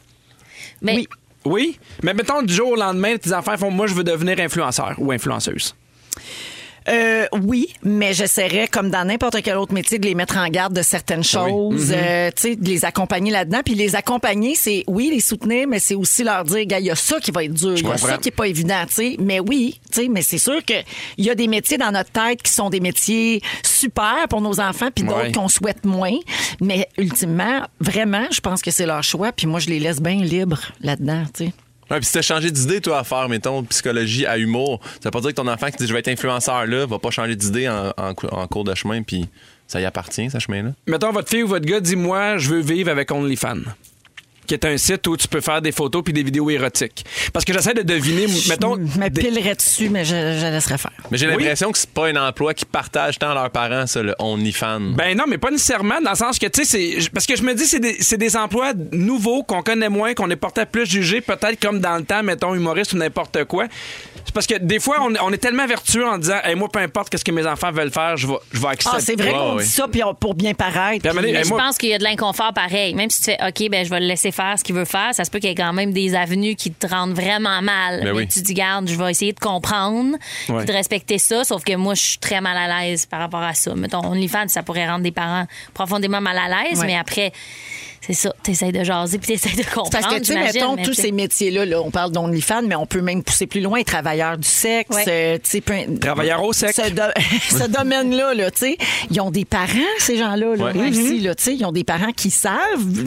Mais
Oui, mais mettons du jour au lendemain, tes enfants font moi je veux devenir influenceur ou influenceuse.
Euh, oui, mais j'essaierais, comme dans n'importe quel autre métier, de les mettre en garde de certaines
Ah
choses,
Mhm.
euh, tu sais, de les accompagner là-dedans. Puis les accompagner, c'est, oui, les soutenir, mais c'est aussi leur dire, gars, il y a ça qui va être dur, il y a
comprends.
ça qui est pas évident, tu sais. Mais oui, tu sais, mais c'est sûr que il y a des métiers dans notre tête qui sont des métiers super pour nos enfants, puis d'autres
Ouais.
qu'on souhaite moins. Mais ultimement, vraiment, je pense que c'est leur choix, puis moi, je les laisse bien libres là-dedans, tu sais.
Ouais, puis si t'as changé d'idée, toi, à faire, mettons, de psychologie à humour, ça veut pas dire que ton enfant qui dit je vais être influenceur là, va pas changer d'idée en, en cou- en cours de chemin, puis ça y appartient, ce chemin-là.
Mettons votre fille ou votre gars dit moi je veux vivre avec OnlyFans qui est un site où tu peux faire des photos puis des vidéos érotiques. Parce que j'essaie de deviner, mettons,
je me
des-
pilerais dessus, mais je, je laisserais faire.
Mais j'ai
Oui.
l'impression que c'est pas un emploi qui partage tant leurs parents, ça, le OnlyFans.
Ben non, mais pas nécessairement, dans le sens que, tu sais, c'est- je- parce que je me dis, c'est des, c'est des emplois nouveaux qu'on connaît moins, qu'on est porté à plus juger, peut-être comme dans le temps, mettons, humoriste ou n'importe quoi. C'est parce que des fois, on, on est tellement vertueux en disant, hey, moi, peu importe qu'est-ce que mes enfants veulent faire, je vais, je vais accepter.
Ah, c'est vrai
Ouais,
qu'on
ouais.
dit ça puis on- pour bien paraître.
Puis à un moment donné,
Mais
hey,
je
Eh, moi-
pense qu'il y a de l'inconfort pareil. Même si tu fais OK, ben je vais le laisser faire ce qu'il veut faire, ça se peut qu'il y ait quand même des avenues qui te rendent vraiment mal.
Ben
Mais
oui.
tu te dis, garde, je vais essayer de comprendre, puis
Ouais.
de respecter ça, sauf que moi, je suis très mal à l'aise par rapport à ça. Mettons, OnlyFans, ça pourrait rendre des parents profondément mal à l'aise,
Ouais.
mais après, c'est ça, t'essayes de jaser, puis t'essayes de comprendre.
C'est Parce que, tu sais,
j'imagine,
mettons,
mais
tous
tu sais.
ces métiers-là, là, on parle d'OnlyFans, mais on peut même pousser plus loin, travailleurs du sexe,
Ouais.
euh, tu sais, peu-
Travailleurs au sec.
Ce, do- ce domaine-là, là, tu sais, ils ont des parents, ces gens-là, là,
Ouais.
même si,
Mm-hmm.
là, tu sais, ils ont des parents qui savent,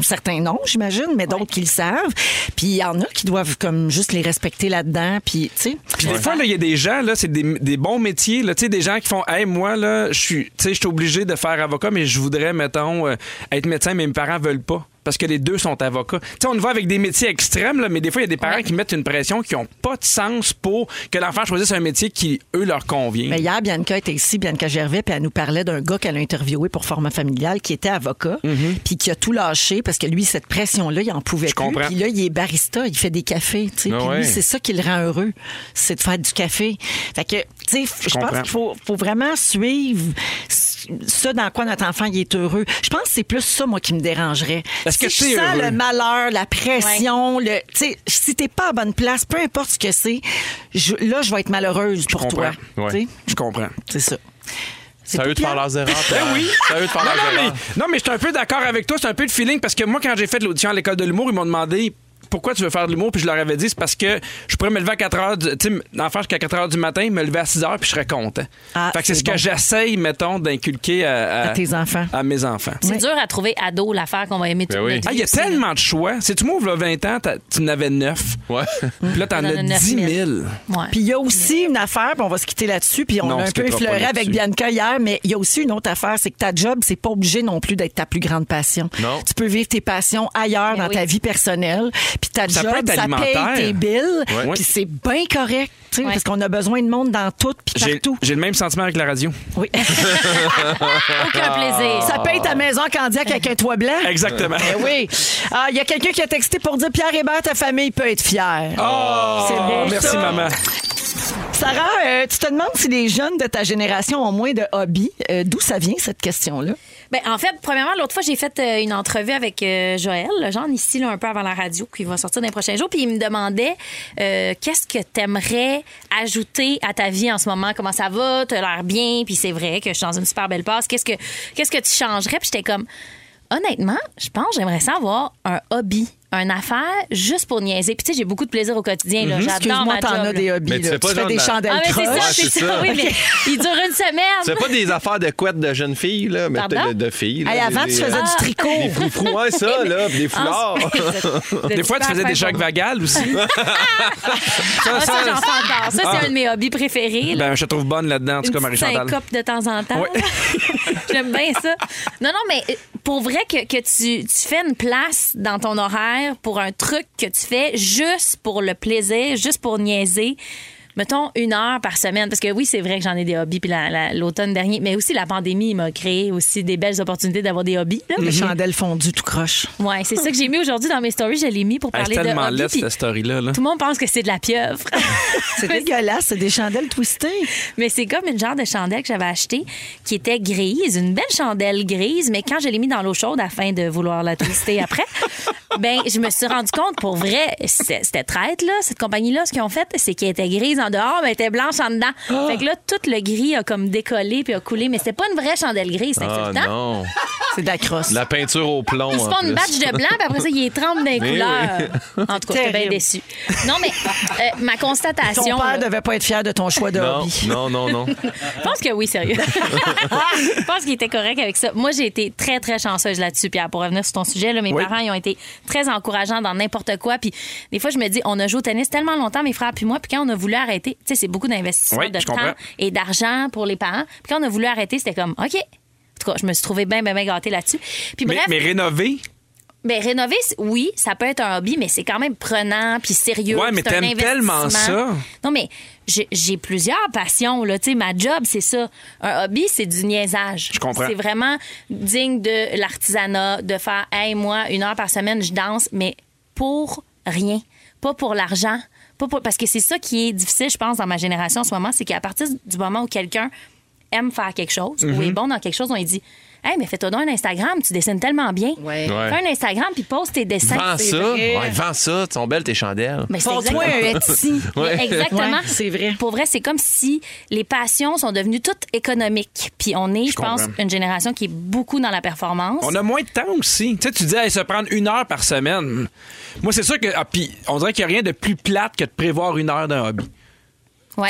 certains non, j'imagine, mais d'autres qui le savent. Puis il y en a qui doivent comme juste les respecter là-dedans, puis, tu sais.
Puis des fois, là, il y a des gens, là, c'est des, des bons métiers, là, tu sais, des gens qui font, hey, moi, là, je suis, tu sais, je suis obligé de faire avocat, mais je voudrais, mettons, euh, être médecin, mais mes parents veulent pas. Parce que les deux sont avocats. Tu sais, on le voit avec des métiers extrêmes, là, mais des fois, il y a des parents qui mettent une pression qui n'ont pas de sens pour que l'enfant choisisse un métier qui, eux, leur convient.
Mais hier, Bianca était ici, Bianca Gervais, puis elle nous parlait d'un gars qu'elle a interviewé pour Format Familial qui était avocat,
Mm-hmm.
puis qui a tout lâché parce que lui, cette pression-là, il en pouvait plus.
comprends.
Puis là, il est barista, il fait des cafés, tu sais.
Ah
Puis
ouais.
lui, c'est ça qui le rend heureux, c'est de faire du café. Fait que, tu sais, je pense
comprends.
qu'il faut, faut vraiment suivre ce dans quoi notre enfant il est heureux. Je pense que c'est plus ça, moi, qui me dérangerait.
Est-ce que
Si je
t'es
sens
heureux?
le malheur, la pression, le, tu sais, si t'es pas à bonne place, peu importe ce que c'est, je- là, je vais être malheureuse pour toi.
Ouais.
tu sais.
Je comprends.
C'est ça. C'est
C'est à eux de faire leurs erreurs. Ben oui! C'est à eux de faire
Non,
leurs
non, mais,
erreurs.
non, mais je suis un peu d'accord avec toi. C'est un peu le feeling parce que moi, quand j'ai fait l'audition à l'école de l'humour, ils m'ont demandé pourquoi tu veux faire de l'humour. Puis je leur avais dit c'est parce que je pourrais me lever à 4 heures. Du... Tu sais, l'enfant jusqu'à 4 heures du matin, me lever à 6 heures, puis je serais content.
Ah,
fait que c'est
c'est
ce
bon.
que j'essaye, mettons, d'inculquer à,
À tes enfants.
À mes enfants.
C'est
Oui.
dur à trouver ado l'affaire qu'on va aimer
Ben
toute
oui.
notre
Ah, il
vie
y a
aussi.
tellement de choix. C'est tu moi, il y a 20 ans, t'as- tu en avais 9.
Ouais.
Mmh.
Puis là, t'en
J'en ai
as 10 000.
9 000. Ouais.
Ah, Puis il y a aussi une affaire, puis on va se quitter là-dessus, puis on
Non, on
a un
se
peu
quittera pas
effleuré avec
là-dessus.
Bianca hier, mais il y a aussi une autre affaire, c'est que ta job, c'est pas obligé non plus d'être ta plus grande passion.
Non.
Tu peux vivre tes passions ailleurs
Ben
dans
oui.
ta vie personnelle, puis puis ta
Ça
job,
peut être
ça
alimentaire.
paye tes bills,
Ouais.
puis c'est bien correct, tu sais,
Ouais.
parce qu'on a besoin de monde dans tout, puis
J'ai
partout.
j'ai le même sentiment avec la radio.
Oui.
Ah.
Aucun plaisir.
ça paye
Ah.
ta maison candiaque avec un toit blanc.
Exactement.
Eh oui. Ah, Il y a quelqu'un qui a texté pour dire Pierre Hébert, ta famille peut être fière.
Oh!
c'est
Oh. Ah.
beau.
Ah, Merci,
ça.
maman.
Sarah, euh, tu te demandes si les jeunes de ta génération ont moins de hobbies. Euh, D'où ça vient, cette question-là?
Ben, en fait, premièrement, l'autre fois, j'ai fait euh, une entrevue avec euh, Joël, le genre ici, là, un peu avant la radio, qui va sortir dans les prochains jours. Puis il me demandait euh, qu'est-ce que t'aimerais ajouter à ta vie en ce moment? Comment ça va? T'as l'air bien? Puis c'est vrai que je suis dans une super belle passe. Qu'est-ce que, qu'est-ce que tu changerais? Puis j'étais comme, honnêtement, je pense que j'aimerais ça avoir un hobby, une affaire juste pour niaiser. Puis tu sais, j'ai beaucoup de plaisir au quotidien. là. J'adore
Mm-hmm. Excuse-moi,
ma
t'en
job,
as
là.
des hobbies.
Mais tu
là.
fais pas genre
des
de la-
chandelles
Ah, mais c'est
croches.
ça,
Ouais,
c'est
c'est
ça.
ça.
Oui, mais il dure une semaine.
C'est pas des affaires de couettes de jeunes filles, là, mais
Pardon?
de, de filles. là,
Hey,
des-
avant, tu
des- euh,
faisais du
Des
tricot.
froufrous, ouais, ça, là, puis des foulards.
Des fois, tu faisais des Jacques Vagal aussi.
Ah, ça, j'en fais encore. Ça, c'est un de mes hobbies préférés. là.
Ah. Ben, je te trouve bonne là-dedans, en tout
Une
cas,
petite
Marie-Chantal.
syncope de temps en temps.
Ouais.
là. J'aime bien ça. Non, non, mais euh, pour vrai que, que tu, tu fais une place dans ton horaire pour un truc que tu fais juste pour le plaisir, juste pour niaiser. Mettons une heure par semaine. Parce que oui, c'est vrai que j'en ai des hobbies, puis la- la- l'automne dernier, mais aussi la pandémie m'a créé aussi des belles opportunités d'avoir des hobbies. là.
Mhm.
Les chandelles fondues tout croche.
Ouais, c'est ça que j'ai mis aujourd'hui dans mes stories. Je l'ai mis pour
Elle est
parler de
tellement
hobby.
laide,
puis
cette story-là. là.
Tout le monde pense que c'est de la pieuvre.
C'est dégueulasse, c'est des chandelles twistées.
Mais c'est comme une genre de chandelle que j'avais achetée qui était grise, une belle chandelle grise, mais quand je l'ai mis dans l'eau chaude afin de vouloir la twister après, ben je me suis rendu compte pour vrai, c'est- c'était traite là, cette compagnie là, ce qu'ils ont fait, c'est qu'elle était grise en dehors, mais elle était blanche en dedans.
Ah!
Fait que là tout le gris a comme décollé puis a coulé, mais c'était pas une vraie chandelle grise, c'était
Ah
insultant.
non.
C'est de la crosse.
La peinture au plomb.
Ils se
en
font
plus.
une batch de blanc, puis après ça, ils trempent dans les
Mais
couleurs. En tout cas, j'étais bien
Terrible.
déçue. Non, mais euh, ma
Ton
constatation.
père
là-
devait pas être fier de ton choix de
Non,
hobby.
non, non, non.
Je pense que oui, sérieux. Je pense qu'il était correct avec ça. Moi, j'ai été très, très chanceuse là-dessus. Pierre, pour revenir sur ton sujet, là, mes
Oui.
parents, ils ont été très encourageants dans n'importe quoi. Puis des fois, je me dis, on a joué au tennis tellement longtemps, mes frères puis moi, puis quand on a voulu arrêter, tu sais, c'est beaucoup d'investissement
Oui,
de
je
temps
comprends.
et d'argent pour les parents. Puis quand on a voulu arrêter, c'était comme, OK. En tout cas, je me suis trouvée bien, bien, bien gâtée là-dessus. Puis
Mais,
bref,
mais rénover,
ben, rénover, c- oui, ça peut être un hobby, mais c'est quand même prenant puis sérieux.
Ouais, mais
c'est un
t'aimes tellement
investissement.
ça.
Non, mais j'ai- j'ai plusieurs passions. Là. Tu sais, Ma job, c'est ça. Un hobby, c'est du niaisage.
Je comprends.
C'est vraiment digne de l'artisanat, de faire, hey, moi, une heure par semaine, je danse, mais pour rien. Pas pour l'argent. Pas pour... Parce que c'est ça qui est difficile, je pense, dans ma génération en ce moment, c'est qu'à partir du moment où quelqu'un aime faire quelque chose ou est bon dans quelque chose, on lui dit, hey, mais fais-toi donc un Instagram, tu dessines tellement bien.
Ouais.
Ouais.
Fais un Instagram puis pose tes dessins.
Vends
C'est
ça.
vrai.
Ouais, vends ça. Sont belles tes chandelles.
Mais c'est
Porte-toi
exactement-
un Etsy.
Mais Exactement.
Ouais, c'est vrai.
Pour vrai, c'est comme si les passions sont devenues toutes économiques. Puis on est, je, pense,
comprends.
une génération qui est beaucoup dans la performance.
on a moins de temps aussi. Tu sais, tu dis, hey, se prendre une heure par semaine. Moi, c'est sûr que. Ah, puis, on dirait qu'il n'y a rien de plus plate que de prévoir une heure d'un hobby.
Ouais,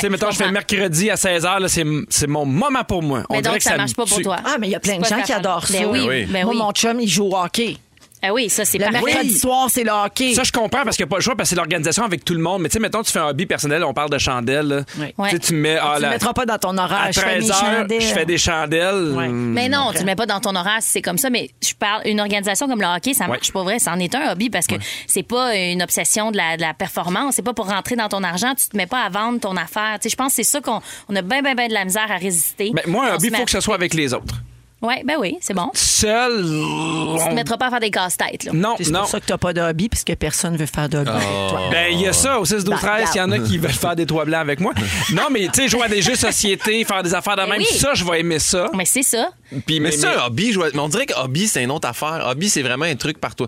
tu sais, mettons, je fais le
comprends.
mercredi à 16h, c'est c'est mon moment pour moi.
Mais
dirait
donc,
que
ça
me
marche pas pour
tue.
toi.
Ah, mais il y a plein de
C'est pas
gens
ta
qui
femme.
adorent ça.
Ben oui,
Ben oui.
ben
Moi,
oui.
mon chum, il joue au hockey.
Ah oui, ça, c'est
Le
parfait.
mercredi soir, c'est le hockey.
Ça, je comprends parce qu'il n'y a pas le choix, parce que c'est l'organisation avec tout le monde. Mais tu sais, mettons, tu fais un hobby personnel, on parle de chandelles. là.
Ouais.
Tu sais, tu mets. ah,
tu le
là,
mettras pas dans ton
à
horaire. Je fais mes
13 heures,
chandelles.
je fais des chandelles.
Ouais.
Hum,
Mais
Mm.
non, tu le mets pas dans ton horaire si c'est comme ça. Mais je parle, une organisation comme le hockey, ça marche
Ouais.
pas vrai. Ça en est un hobby parce que c'est pas une obsession de la, de la performance. C'est pas pour rentrer dans ton argent. Tu te mets pas à vendre ton affaire. Tu sais, je pense que c'est ça qu'on on a bien, bien, bien de la misère à résister.
Mais Ben, moi, un
On
hobby,
se met
il faut que ce soit avec les autres.
à- Ouais, ben oui, c'est bon.
Seul.
Tu
on-
te mettras pas à faire des casse-têtes, là.
Non,
C'est
non.
pour ça que t'as pas de hobby, puisque personne veut faire de hobby
Ah.
avec toi.
Ben, il y a ça. Au 6, 12, 13, il y en a qui veulent faire des toits blancs avec moi. Non, mais tu sais, jouer à des jeux société, faire des affaires de
Mais
même,
oui.
ça, je vais aimer ça.
Mais c'est ça.
Puis,
Mais, c'est un hobby. je vois- mais on dirait que hobby, c'est une autre affaire. Hobby, c'est vraiment un truc par toi.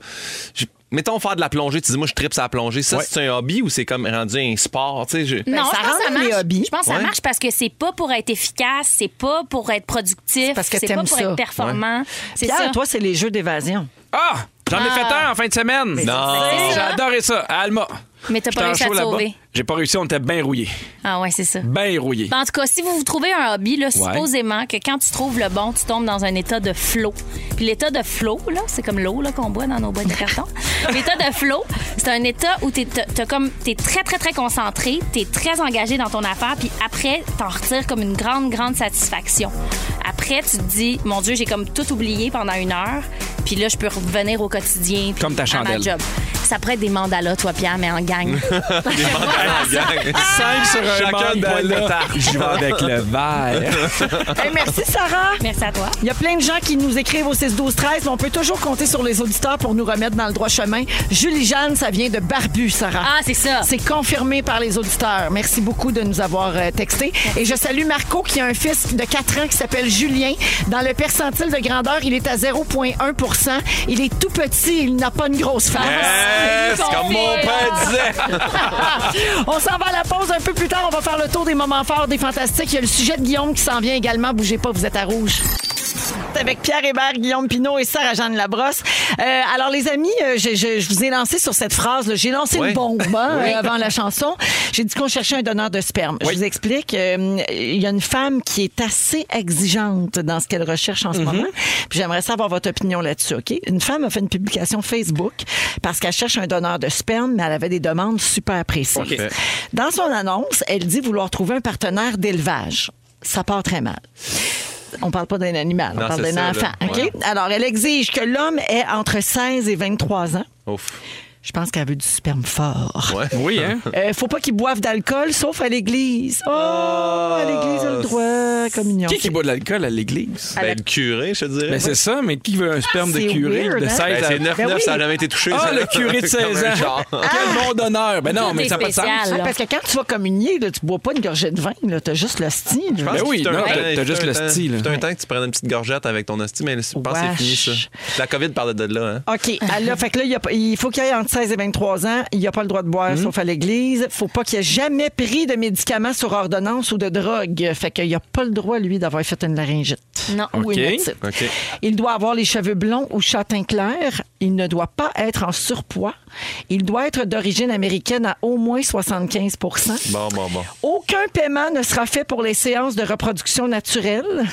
Je- Mettons faire de la plongée, tu dis moi je tripe la plongée, ça
Ouais.
c'est un hobby ou c'est comme rendu un sport, tu sais, je-
Ben,
non,
ça
je pense
rentre
que ça
dans les
marche.
hobbies.
Je pense que ça
Ouais.
marche parce que c'est pas pour être efficace, c'est pas pour être productif,
parce que
c'est pas
t'aimes
pour
ça.
être performant. C'est
Pierre,
ça.
toi, c'est les jeux d'évasion.
Ah! J'en ai
Ah.
fait un en fin de semaine.
Non.
J'ai adoré ça, à Alma.
Mais t'as pas
J'étais en
réussi à
show
te
là-bas.
sauver.
J'ai pas réussi, on était bien rouillés.
Ah ouais, c'est ça.
Bien rouillés.
Ben, En tout cas, si vous vous trouvez un hobby, là, supposément que quand tu trouves le bon, tu tombes dans un état de flow. Puis l'état de flow, là, c'est comme l'eau là, qu'on boit dans nos boîtes de carton. l'état de flow, c'est un état où tu comme, t'es très, très, très concentré, tu es très engagé dans ton affaire, puis après, t'en retires comme une grande, grande satisfaction. Après, tu te dis, mon Dieu, j'ai comme tout oublié pendant une heure, puis là, je peux revenir au quotidien. puis
Comme ta
à ma
chandelle.
job.
ça pourrait être des mandalas, toi, Pierre, mais en gang.
Des mandarins en gang.
5 sur un
Chacun une boîte de
mandala.
tarte.
Je vais avec le verre.
Hey, merci, Sarah.
Merci à toi.
Il y a plein de gens qui nous écrivent au 6 12 13 mais on peut toujours compter sur les auditeurs pour nous remettre dans le droit chemin. Julie Jeanne, ça vient de Barbu, Sarah.
Ah, c'est ça.
C'est confirmé par les auditeurs. Merci beaucoup de nous avoir euh, texté. Et je salue Marco qui a un fils de 4 ans qui s'appelle Julien. Dans le percentile de grandeur, il est à 0,1 Il est tout petit, il n'a pas une grosse face.
Yes, comme mon père disait.
on s'en va à la pause un peu plus tard. On va faire le tour des moments forts des fantastiques. Il y a le sujet de Guillaume qui s'en vient également. Bougez pas, vous êtes à rouge. Avec Pierre Hébert, Guillaume Pinot et Sarah Jeanne Labrosse. Euh, alors, les amis, euh, je, je- je vous ai lancé sur cette phrase. là. J'ai lancé
Oui.
une bombe hein, euh, avant la chanson. J'ai dit qu'on cherchait un donneur de sperme. Je vous explique. euh, Il y a une femme qui est assez exigeante dans ce qu'elle recherche en ce moment. Puis j'aimerais savoir votre opinion là-dessus. Ok Une femme a fait une publication Facebook parce qu'elle cherche un donneur de sperme, mais elle avait des demandes super précises.
Ok.
Dans son annonce, elle dit vouloir trouver un partenaire d'élevage. Ça part très mal. On parle pas d'un animal,
Non,
on parle
c'est
d'un
ça,
enfant.
là.
OK?
Ouais.
Alors, elle exige que l'homme ait entre 16 et 23 ans.
Ouf.
Je pense qu'elle veut du sperme fort.
Ouais.
Oui, hein?
Euh, faut pas qu'il boive d'alcool, sauf à l'église. Oh,
Ah,
à l'église, elle a le droit, communion.
Qui qui boit de l'alcool à l'église?
Ben, le curé, je te dirais.
Mais c'est ça, mais qui veut un sperme de
c'est
curé
weird,
de
hein?
16
Ben,
à
c'est 9-9,
Ben oui.
ça n'a jamais été touché.
Ah,
ça.
le curé de
Comme un
16 ans!
char.
Quel bon donneur! Ben non, mais
est
ça n'a pas de sens.
spécial.
Ah, parce que quand tu vas communier, là, tu bois pas une gorgée de vin, là, t'as juste le style.
Je pense
Ben
que
oui,
fut un
non,
temps-
t'as- t'as
fut
juste
un
le
temps-
style.
fut un temps que tu prenais une petite gorgette avec ton hostie, mais je pense que c'est fini, ça.
Wesh.
La COVID parlait de là, hein?
OK. Alors, fait que là, il y a pas- il faut qu'il ait entre 16 et 23 ans. Il n'a pas le droit de boire, sauf à l'église. faut pas qu'il ait jamais pris de médicaments sur ordonnance ou de drogue. Fait qu'il n'a pas le droit, lui, d'avoir fait une laryngite.
Non.
Ou une
OK.
otite.
OK.
Il doit avoir les cheveux blonds ou châtain clair. Il ne doit pas être en surpoids. Il doit être d'origine américaine à au moins 75
Bon, bon, bon.
aucun paiement ne sera fait pour les séances de reproduction naturelle,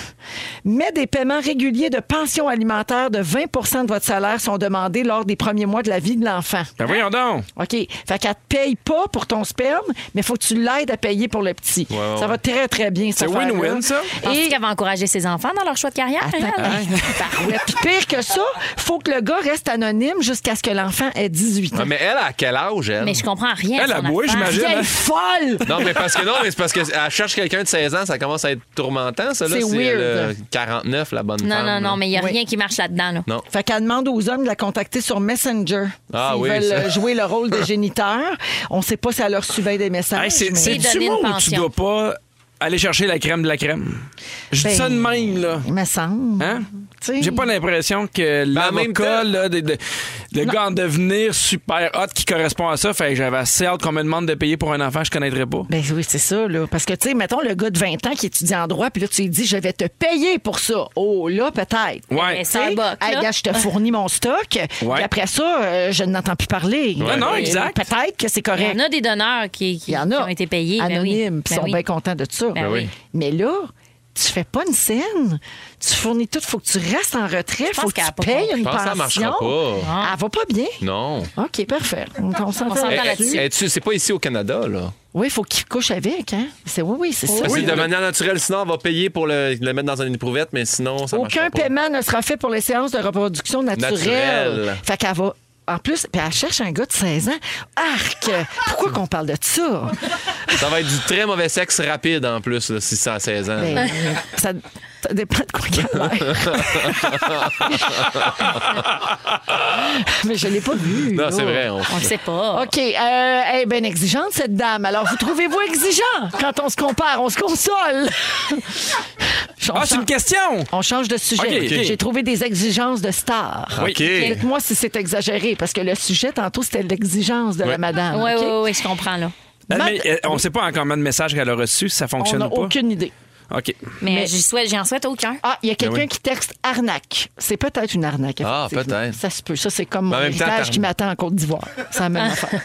mais des paiements réguliers de pension alimentaire de 20 de votre salaire sont demandés lors des premiers mois de la vie de l'enfant.
Ben voyons donc!
OK? Fait qu'elle te paye pas pour ton sperme, mais faut que tu l'aides à payer pour le petit.
Ouais, ouais,
Ça va
ouais.
très, très bien, cette
C'est
affaire-là.
win-win, ça?
Penses-tu qu'elle va encourager ses enfants dans leur choix de carrière?
Attends,
elle?
hey, barouette. Puis pire que ça, faut que le gars reste anonyme jusqu'à ce que l'enfant ait 18 ans.
Ouais, mais elle, à quel âge, elle?
Mais je comprends rien. à
Elle a
son
boué,
affaire.
j'imagine.
Vieille
hein?
folle!
Non, mais parce que non, mais c'est parce qu'elle cherche quelqu'un de 16 ans, ça commence à être tourmentant, ça. là.
C'est weird.
le 49, la bonne
Non,
femme.
non, non,
là.
mais il n'y a
Oui.
rien qui marche là-dedans. Là.
Non.
Fait qu'elle demande aux hommes de la contacter sur Messenger.
Ah
S'ils
oui,
veulent
ça.
euh, jouer le rôle de géniteur. On sait pas si elle leur surveille des messages.
Hey, c'est
mais-
c'est
Et donner
du
une
mot où tu
pension.
dois pas aller chercher la crème de la crème. Je dis
Ben,
ça de même, là.
Il me semble.
Hein?
Tu sais.
J'ai pas l'impression que
en même
l'avocat,
temps-
là, de- de- le gars en devenir super hot qui correspond à ça, fait que j'avais assez hâte qu'on me demande de payer pour un enfant, je connaîtrais pas.
Ben oui, c'est ça, là. Parce que, tu sais, mettons le gars de 20 ans qui étudie en droit, puis là, tu lui dis, je vais te payer pour ça. Oh, là, peut-être.
Ouais.
Mais ça- un
Hey,
buck, là.
gars, je te fournis mon stock. Puis après ça, euh, je n'entends plus parler.
Ouais. Non, non,
Euh,
exact.
Peut-être que c'est
Il y
correct.
en a des donneurs qui, qui-
Il y en
qui
a.
ont été payés. ben oui.
Anonymes, puis
Ben
sont
oui.
bien contents de ça.
Ben oui.
Mais là, tu fais pas une scène. Tu fournis tout. faut que tu restes en retrait.
pense
faut que
qu'elle
tu
a pas
payes
compris. Ah. Hmm.
une
Je pense que
pension.
ça marchera pas.
Elle va pas bien.
Non.
OK, parfait. On, on
On s'entend
s'entend
là-dessus.
là-dessus.
Eh, tu- C'est pas ici au Canada, là.
Oui, il faut qu'il couche avec. Hein? C'est, oui, oui, c'est ça.
Parce que de manière naturelle, sinon, on va payer pour le, le mettre dans une éprouvette, mais sinon, ça marchera
Aucun
pas.
paiement ne sera fait pour les séances de reproduction naturelle.
Naturelle.
Fait qu'elle va. En plus, puis elle cherche un gars de 16 ans. Arc! Pourquoi qu'on parle de ça?
Ça va être du très mauvais sexe rapide, en plus, là, si c'est à 16 ans.
Ben,
Eh.
ça, ça dépend de quoi qu'elle a l'air. Mais je ne l'ai pas vu.
non,
Ben,
là.
c'est vrai. on-
On le sait pas.
OK. Euh, elle est bien exigeante, cette dame. Alors, vous trouvez-vous exigeant quand on se compare? On se console. on,
Ah, c'est
change,
une question!
on change de sujet.
OK, OK.
J'ai trouvé des exigences de stars.
Oui.
OK.
Dites-moi si c'est exagéré, parce que le sujet, tantôt, c'était l'exigence de la madame.
Oui,
OK?
oui, oui, je comprends. là.
Mais,
Mad-
euh, on sait pas en combien de messages qu'elle a reçus, si ça
On
fonctionne
n'a
ou pas.
aucune idée.
OK.
Mais, j'y souhaite- j'en souhaite aucun.
Ah, il y a quelqu'un
Ben oui.
qui texte arnaque. C'est peut-être une arnaque.
Ah,
effectivement.
peut-être.
Ça se peut. Ça, c'est comme
Mais
mon
en même temps,
héritage
t'as-
qui m'attend en Côte d'Ivoire. C'est la même affaire.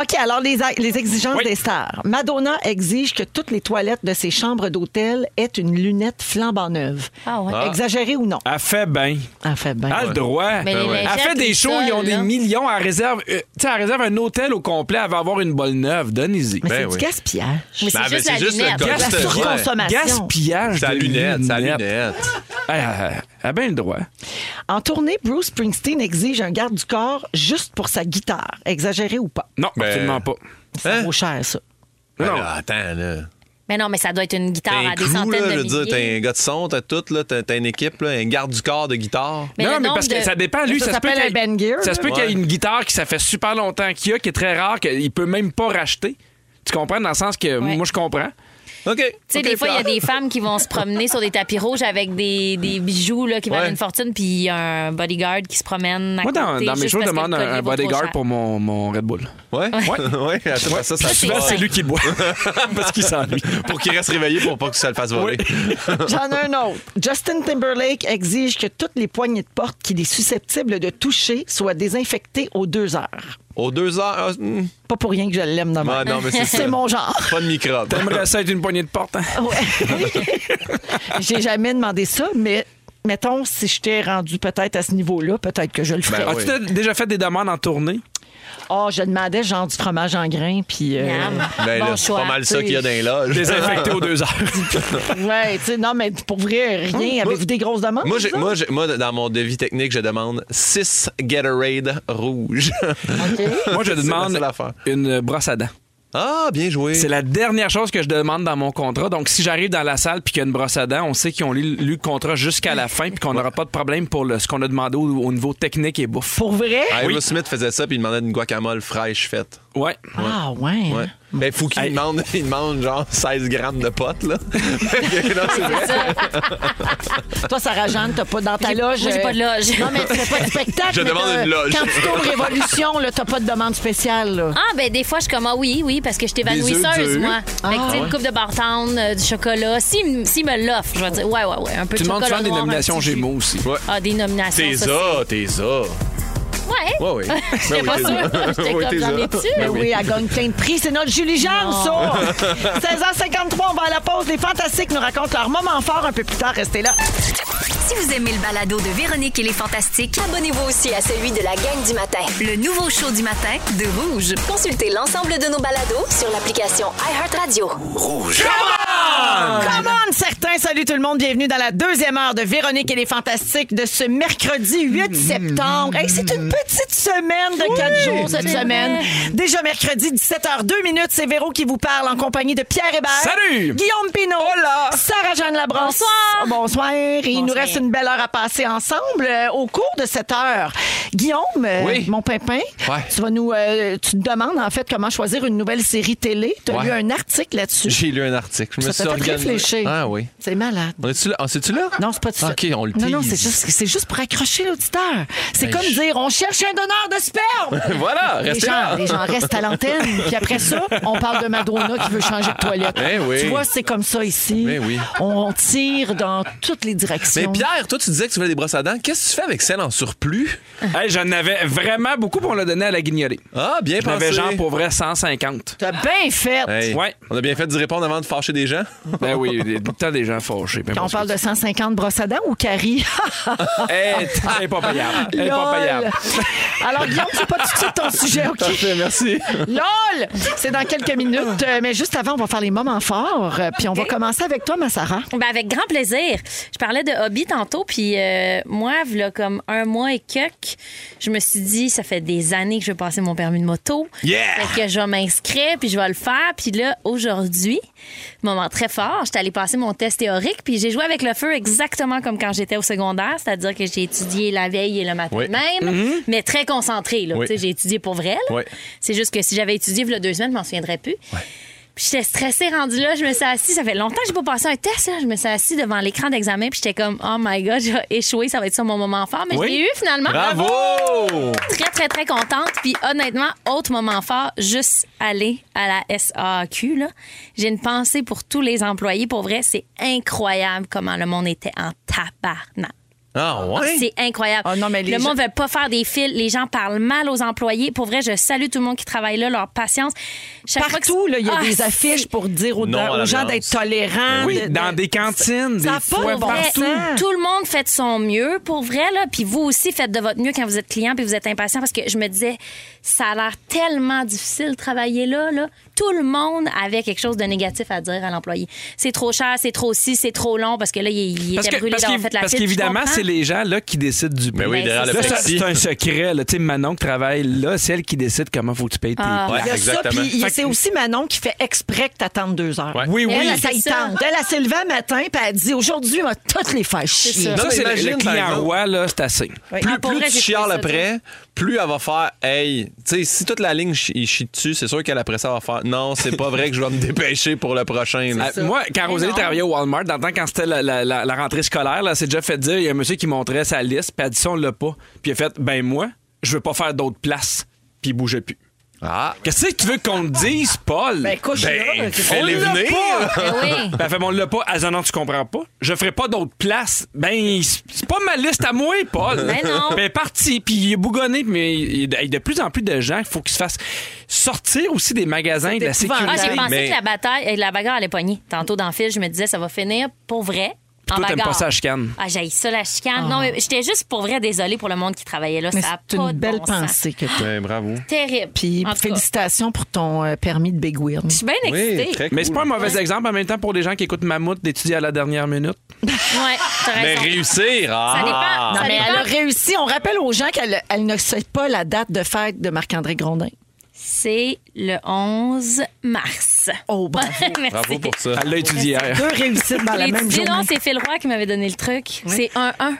OK, alors les, les exigences
Oui.
des stars. Madonna exige que toutes les toilettes de ses chambres d'hôtel aient une lunette flambant neuve.
Ah ouais.
Exagéré ou non?
Elle fait bien.
En fait, ben.
Elle
Ah,
a le droit.
Mais les
Elle
lingettes,
fait des
les
shows,
sols,
ils ont des
là.
millions. Elle réserve, euh, tu sais, elle réserve un hôtel au complet. Elle va avoir une bonne neuve. Donnez-y.
Mais
Ben
c'est
oui.
du gaspillage.
Ben,
Mais c'est juste
mais
la
c'est juste le
lunette.
gars.
La
c'est-
surconsommation.
Gaspillage
Sa
de
lunette, sa
lunettes. Ah,
lunette.
Hey, hey, hey. a bien ben, le droit.
En tournée, Bruce Springsteen exige un garde du corps juste pour sa guitare. Exagéré ou pas?
Non,
Ben,
absolument pas.
Ça
Hein?
vaut cher, ça.
Ben
Non.
là, attends, là.
Mais non, mais ça doit être une
T'as
guitare
un
à des
crew,
centaines
là,
de
je veux dire, t'as
milliers.
un gars de son, t'as tout, là, t'as t'as une équipe, là, un garde du corps de guitare.
le
non, mais
nombre
parce que
de-
ça dépend. Lui,
Ça
ça, se peut
s'appelle
qu'il y ait-
un Ben Gear,
Ça
là.
se peut qu'il y ait
Ouais.
une guitare qui ça fait super longtemps qu'il y a, qui est très rare, qu'il peut même pas racheter. Tu comprends dans le sens que
Ouais.
moi, je comprends.
OK.
Tu sais, des fois, il y a des femmes qui vont se promener sur des tapis rouges avec des, des bijoux là, qui valent
Ouais.
une fortune, puis il y a un bodyguard qui se promène à
Moi, dans,
côté
dans mes
juste
shows, je
parce que
demande
le collier
un, un
vaut trop
bodyguard
cher.
pour mon, mon Red Bull.
Ouais.
Ouais.
ouais. à chaque fois, ça, ça
Ça,
se
c'est
Souvent,
passe.
c'est lui qui boit parce qu'il s'ennuie.
Pour qu'il reste réveillé pour pas que ça le fasse voler.
J'en ai un autre. Justin Timberlake exige que toutes les poignées de porte qu'il est susceptible de toucher soient désinfectées aux deux heures.
Aux deux heures. ah, hmm,
Pas pour rien que je l'aime de même.
Ah, non, mais c'est ça.
mon genre.
Pas de microbes.
T'aimerais ça être une poignée de porte, hein?
Ouais. J'ai jamais demandé ça, mais mettons, si je t'ai rendu peut-être à ce niveau-là, peut-être que je le ferais.
Ben,
Ah,
As-tu déjà fait des demandes en tournée?
je demandais genre du fromage en grain, puis. euh,
Miam.
Ben,
bon
là, c'est
choix.
pas mal ça qu'il y a dans les loges.
Désinfecté aux deux heures.
ouais, tu sais, non, mais pour vrai, rien. Avez-vous des grosses demandes?
Moi, j'ai-
vous
moi, j'ai- moi, dans mon devis technique, je demande 6 Gatorade rouges.
autres? OK.
Moi, je
C'est la
demande
seule affaire.
une brosse à dents.
Ah, bien joué.
C'est la dernière chose que je demande dans mon contrat. Donc, si j'arrive dans la salle puis qu'il y a une brosse à dents, on sait qu'ils ont lu, lu le contrat jusqu'à la fin puis qu'on n'aura pas de problème pour le- ce qu'on a demandé au, au niveau technique et bouffe.
Pour vrai?
Ah,
Oui.
Will Smith faisait ça puis il demandait une guacamole fraîche faite.
Ouais.
Ah, ouais.
Ouais. Ben, faut qu'il
Hey.
demande, il demande genre 16 grammes de potes, là. Fait que, non, c'est vrai.
Toi, Sarah Jeanne, t'as pas dans ta loge. euh,
Moi, j'ai pas de loge.
Non, mais tu fais pas de spectacle.
Je
mais
demande
t'as-
une loge.
Quand tu tournes Révolution, là, t'as pas de demande spéciale, là.
Ah, ben des fois, je suis comme, ah oui, oui, parce que je suis évanouisseuse,
œufs
moi. Fait que, tu sais, une coupe de Bartown, euh, du chocolat. S'il si me l'offre, je vais dire, ouais, ouais, ouais, un peu
Tu
de
demandes
chocolat.
souvent des
noir, un
nominations
petit jus.
Gémeaux aussi.
Ouais.
Ah, des nominations.
T'es
ça,
ça, t'es ça.
c'est- Ouais.
Ouais, ouais. Ben
J'étais
oui,
pas
t'es
sûre.
ça.
J'étais
Oui,
comme,
t'es
j'en
ça.
ai-tu?
Ben oui, elle gagne plein de prix. C'est notre Julie Jeanne, ça! 16h53, on va à la pause. Les Fantastiques nous racontent leur moment fort un peu plus tard. Restez là.
Si vous aimez le balado de Véronique et les Fantastiques,
Abonnez-vous aussi à celui de la gang du matin.
le nouveau show du matin de Rouge.
Consultez l'ensemble de nos balados sur l'application iHeartRadio.
Rouge.
Comment certains, salut tout le monde, bienvenue dans la deuxième heure de Véronique et les Fantastiques de ce mercredi 8 septembre. Hey, c'est une petite semaine de quatre jours cette semaine. Déjà mercredi 17h02 minutes, c'est Véro qui vous parle en compagnie de Pierre Hébert.
Salut!
Guillaume Pinot. Sarah Jeanne Labrosse. Bonsoir. Bonsoir. Et Il nous
Bonsoir.
reste une belle heure à passer ensemble euh, au cours de cette heure. Guillaume, euh,
Oui.
mon pimpin,
Ouais.
tu vas nous euh, tu te demandes en fait comment choisir une nouvelle série télé. Tu as
Ouais.
lu un article là-dessus.
J'ai lu un article. Je
Ça
me suis
t'a fait
organisé.
réfléchir.
Ah oui.
C'est malade.
On est-tu là? Ah, C'est-tu là?
Non, c'est pas de ça.
OK, on le
Non, non,
tease.
c'est juste, c'est juste pour accrocher l'auditeur. C'est
Ben,
comme
je-
dire, on cherche un donneur de sperme.
Voilà,
Les
restez
gens,
là.
les gens restent à l'antenne. Puis après ça, on parle de Madonna qui veut changer de toilette.
Ben oui.
Tu vois, c'est comme ça ici.
Ben oui.
On tire dans toutes les
Mais
directions.
Pierre, toi, tu disais que tu voulais des brosses à dents. Qu'est-ce que tu fais avec celle en surplus?
Hey, J'en avais vraiment beaucoup pour le donner à la guignolée.
Ah, bien
J'en avais
pensé.
genre pour vrai 150.
T'as bien fait.
Hey,
Ouais.
On a bien fait d'y répondre avant de fâcher des gens.
Ben oui, il y a tout le temps des gens fâchés. ben
Quand on
parce que-
parle de 150 brosses à dents ou caries?
Elle est- elle est Eh, pas payable. Elle est pas
Lol.
payable.
Alors, Guillaume, c'est pas tout de suite ton sujet, OK?
Parfait, merci.
LOL! C'est dans quelques minutes. Euh, Mais juste avant, on va faire les moments forts. Euh, Puis on va commencer avec toi, ma Sarah.
Ben, avec grand plaisir. Je parlais de hobby tantôt, puis euh, moi, voilà comme un mois et quelques, je me suis dit, ça fait des années que je veux passer mon permis de moto.
Yeah!
Fait que je vais m'inscrire, puis je vais le faire. Puis là, aujourd'hui, moment très fort, j'étais allée passer mon test théorique, puis j'ai joué avec le feu exactement comme quand j'étais au secondaire, c'est-à-dire que j'ai étudié la veille et le matin
Oui. Mm-hmm.
même, mais très concentrée. là.
Oui.
Tu sais, J'ai étudié pour vrai. là.
Oui.
C'est juste que si j'avais étudié il y a deux semaines, je m'en souviendrais plus. Puis j'étais stressée, rendue là, je me suis assise. Ça fait longtemps que j'ai pas passé un test. là. Je me suis assise devant l'écran d'examen, puis j'étais comme, oh my God, j'ai échoué, ça va être ça mon moment fort. Mais
Oui.
je l'ai eu finalement.
Bravo!
Très, très, très contente. Puis honnêtement, autre moment fort, juste aller à la SAQ. là. J'ai une pensée pour tous les employés. Pour vrai, c'est incroyable comment le monde était en tabarnak.
Ah, ouais?
C'est incroyable.
Ah non, mais les
le
gens-
monde ne veut pas faire des fils. Les gens parlent mal aux employés. Pour vrai, je salue tout le monde qui travaille là, leur patience. Chaque fois que-
Partout, là, il y a
Ah,
des
c'est-
affiches pour dire aux,
Non à la
aux gens
violence.
d'être tolérants.
Oui,
de- de-
dans des cantines, des
Ça a pas
fois
de bon
partout.
vrai,
partout.
Tout le monde fait de son mieux, pour vrai, là. Puis vous aussi, faites de votre mieux quand vous êtes client puis vous êtes impatient parce que je me disais, ça a l'air tellement difficile de travailler là, là. Tout le monde avait quelque chose de négatif à dire à l'employé. C'est trop cher, c'est trop ci, c'est trop long parce que là, il, il
Parce
était
que-
brûlé
parce
d'avoir
qu'évi-
fait la
parce
file, puis je
qu'évidemment,
comprends,
c'est les gens là qui décident du prix.
Mais oui,
Ben,
derrière
c'est
le
Là, ça,
plexi.
c'est un secret. Là. Tu sais, Manon qui travaille là, c'est elle qui décide comment faut que tu payes tes
Ah.
places.
Il
Ouais,
y a ça,
exactement.
puis il-
Fait que-
c'est aussi Manon qui fait exprès que t'attendes deux heures.
Ouais.
Oui, oui.
Elle,
Ça y
C'est ça.
tente. Elle, elle s'est levée un matin, puis elle dit Aujourd'hui, on va toutes les faire chier.
Ça,
ça.
Non, mais
c'est le-
imagine,
le
par
client
exemple.
roi, là, c'est assez.
Plus,
Ah, pour
plus
vrai,
tu
j'ai
chiales
trouvé ça
après, plus elle va faire Hey, tu sais, si toute la ligne chi- il chie dessus, c'est sûr qu'elle après ça va faire Non, c'est pas vrai que je vais me dépêcher pour le prochain. là.
Ah, Moi, quand Rosalie travaillait au Walmart, dans le temps, quand c'était la, la- la- la rentrée scolaire, là, c'est déjà fait dire, il y a un monsieur qui montrait sa liste, puis elle dit ça, on l'a pas. Puis il a fait, ben moi, je veux pas faire d'autres places, puis il bougeait plus.
Ah,
Qu'est-ce que tu veux qu'on te dise, Paul?
Ben, couche là. oh là, c'est pas-
fais-les
l'a
venir.
Ben oui.
Ben, fait, bon, on l'a pas. Ah, non, tu comprends pas. Je ferai pas d'autres places. Ben, c'est pas ma liste à moi, Paul.
Ben non.
Ben, parti. Puis il est bougonné. Mais il y a de plus en plus de gens, il faut qu'ils se fassent sortir aussi des magasins de la sécurité.
Ah, j'ai
Mais-
pensé
mais-
que la bataille, euh, la bagarre allait pogner. Tantôt dans le fil, je me disais, ça va finir pour vrai.
Puis
en
toi, t'aimes
bagarre.
pas ça, la chicane.
Ah, j'ai ça, la chicane. Non, mais j'étais juste pour vrai désolée pour le monde qui travaillait là.
Ah. Mais
ça a
c'est
pas
une
de
belle
bon sens.
pensée que tu
Ben, bravo.
Terrible.
Puis
En tout cas,
félicitations pour ton euh, permis de Big Wheel.
Je suis bien excitée.
Oui, très cool.
Mais c'est pas un mauvais exemple en même temps pour les gens qui écoutent Mammouth d'étudier à la dernière minute.
Ouais, t'as
Mais
raison.
réussir, ah!
Ça dépend.
Non,
Ça
mais elle a
dépend.
réussi. On rappelle aux gens qu'elle elle ne sait pas la date de fête de Marc-André Grondin.
C'est le 11 mars.
Oh, bravo.
Merci.
Bravo pour ça.
Elle l'a étudié hier.
Deux réussites dans la
Les
même
petits-
journée.
non, c'est Phil Roy qui m'avait donné le truc. C'est 1-1.
Mais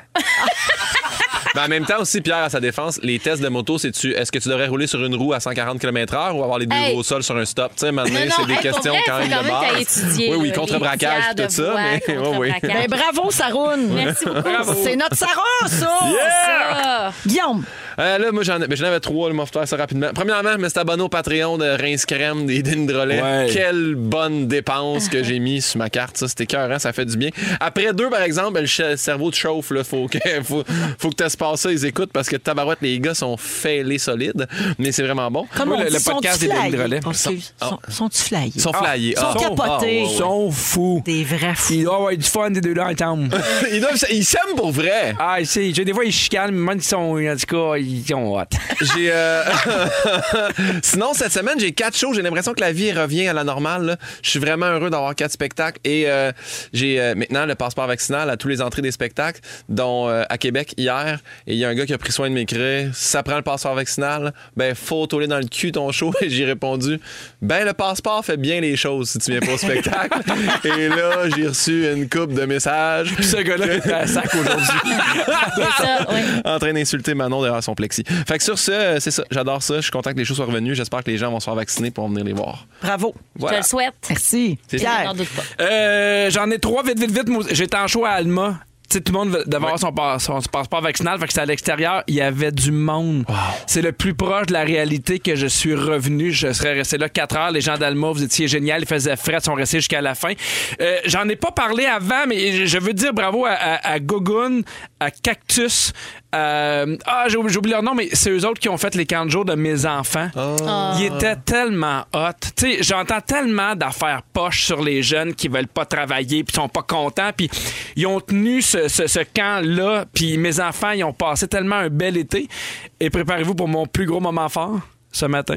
Ben, en même temps aussi, Pierre, à sa défense, les tests de moto, c'est-tu est-ce que tu devrais rouler sur une roue à 140 km/h ou avoir les deux
Hey.
roues au sol sur un stop? Tu sais, maintenant,
Non, non,
c'est des
hey, pour
questions
vrai,
quand
faut
même de
que
base.
t'aies étudié,
oui, oui,
là,
contre-braquage,
les
tout ça.
pierres
Mais
de
oui,
voile,
oui.
contre-braquage.
Ben, bravo, Saroune.
Merci beaucoup.
C'est notre Sarah, ça!
Ça.
Guillaume,
Euh, là, moi, j'en mais j'en avais trois, le faire ça rapidement. Premièrement, je me suis abonné au Patreon de Rince Crème des Dines de Relais.
Ouais.
Quelle bonne dépense que j'ai mis sur ma carte. Ça, c'était cœur, ça fait du bien. Après deux, par exemple, ben, le ch- cerveau te chauffe. Là. Faut que faut, faut que tu passes ça, ils écoutent parce que tabarouette, les gars sont fêlés solides. Mais c'est vraiment bon.
comment
Oui,
on
le-
dit,
le
sont-tu
podcast des
flyés?
Denis Drolet. Ah.
Parce que sont- Sont-tu flyés?
Ils sont flyés.
sont
Ah.
capotés.
Ah, ouais,
Ils
ouais.
sont fous.
Des vrais fous.
Il doit avoir du fun des deux là ensemble.
ils doivent s- ils s'aiment pour vrai.
Ah, c'est, des fois, ils chicanent, mais même s'ils sont, en tout cas, ils sont hot.
J'ai, euh, Sinon, cette semaine, j'ai quatre shows. J'ai l'impression que la vie revient à la normale. là. Je suis vraiment heureux d'avoir quatre spectacles. Et euh, j'ai euh, maintenant le passeport vaccinal à tous les entrées des spectacles, dont euh, à Québec hier. Et il y a un gars qui a pris soin de m'écrire Ça prend le passeport vaccinal. Ben, faut tourner dans le cul ton show. Et j'ai répondu Ben, le passeport fait bien les choses si tu viens pas au spectacle. et là, j'ai reçu une coupe de messages.
Puis ce gars-là, il est à sac aujourd'hui.
C'est ça, oui.
en train d'insulter Manon derrière son plexi. Fait que sur ce, euh, c'est ça. J'adore ça. Je suis content que les choses soient revenues. J'espère que les gens vont se faire vacciner pour venir les voir.
Bravo.
Je
Voilà.
le souhaite.
Merci.
C'est-
Je
Pierre,
n'en doute pas.
Euh, J'en ai trois vite, vite, vite. Moi, J'étais en show à Alma. Tu sais, tout le monde devait avoir son, passe- son passeport vaccinal, fait que c'est à l'extérieur, il y avait du monde. C'est le plus proche de la réalité que je suis revenu. Je serais resté là 4 heures. Les gens d'Alma, vous étiez génial, ils faisaient frais, ils sont restés jusqu'à la fin. Euh, J'en ai pas parlé avant, mais je veux dire bravo à, à, à Gogun, à Cactus. euh, ah, j'ai oublié, j'ai oublié leur nom, mais c'est eux autres qui ont fait les 40 jours de mes enfants. Il était tellement hot. Tu sais, j'entends tellement d'affaires poches sur les jeunes qui veulent pas travailler puis sont pas contents puis ils ont tenu ce, ce- ce camp-là puis mes enfants, ils ont passé tellement un bel été. Et préparez-vous pour mon plus gros moment fort ce matin.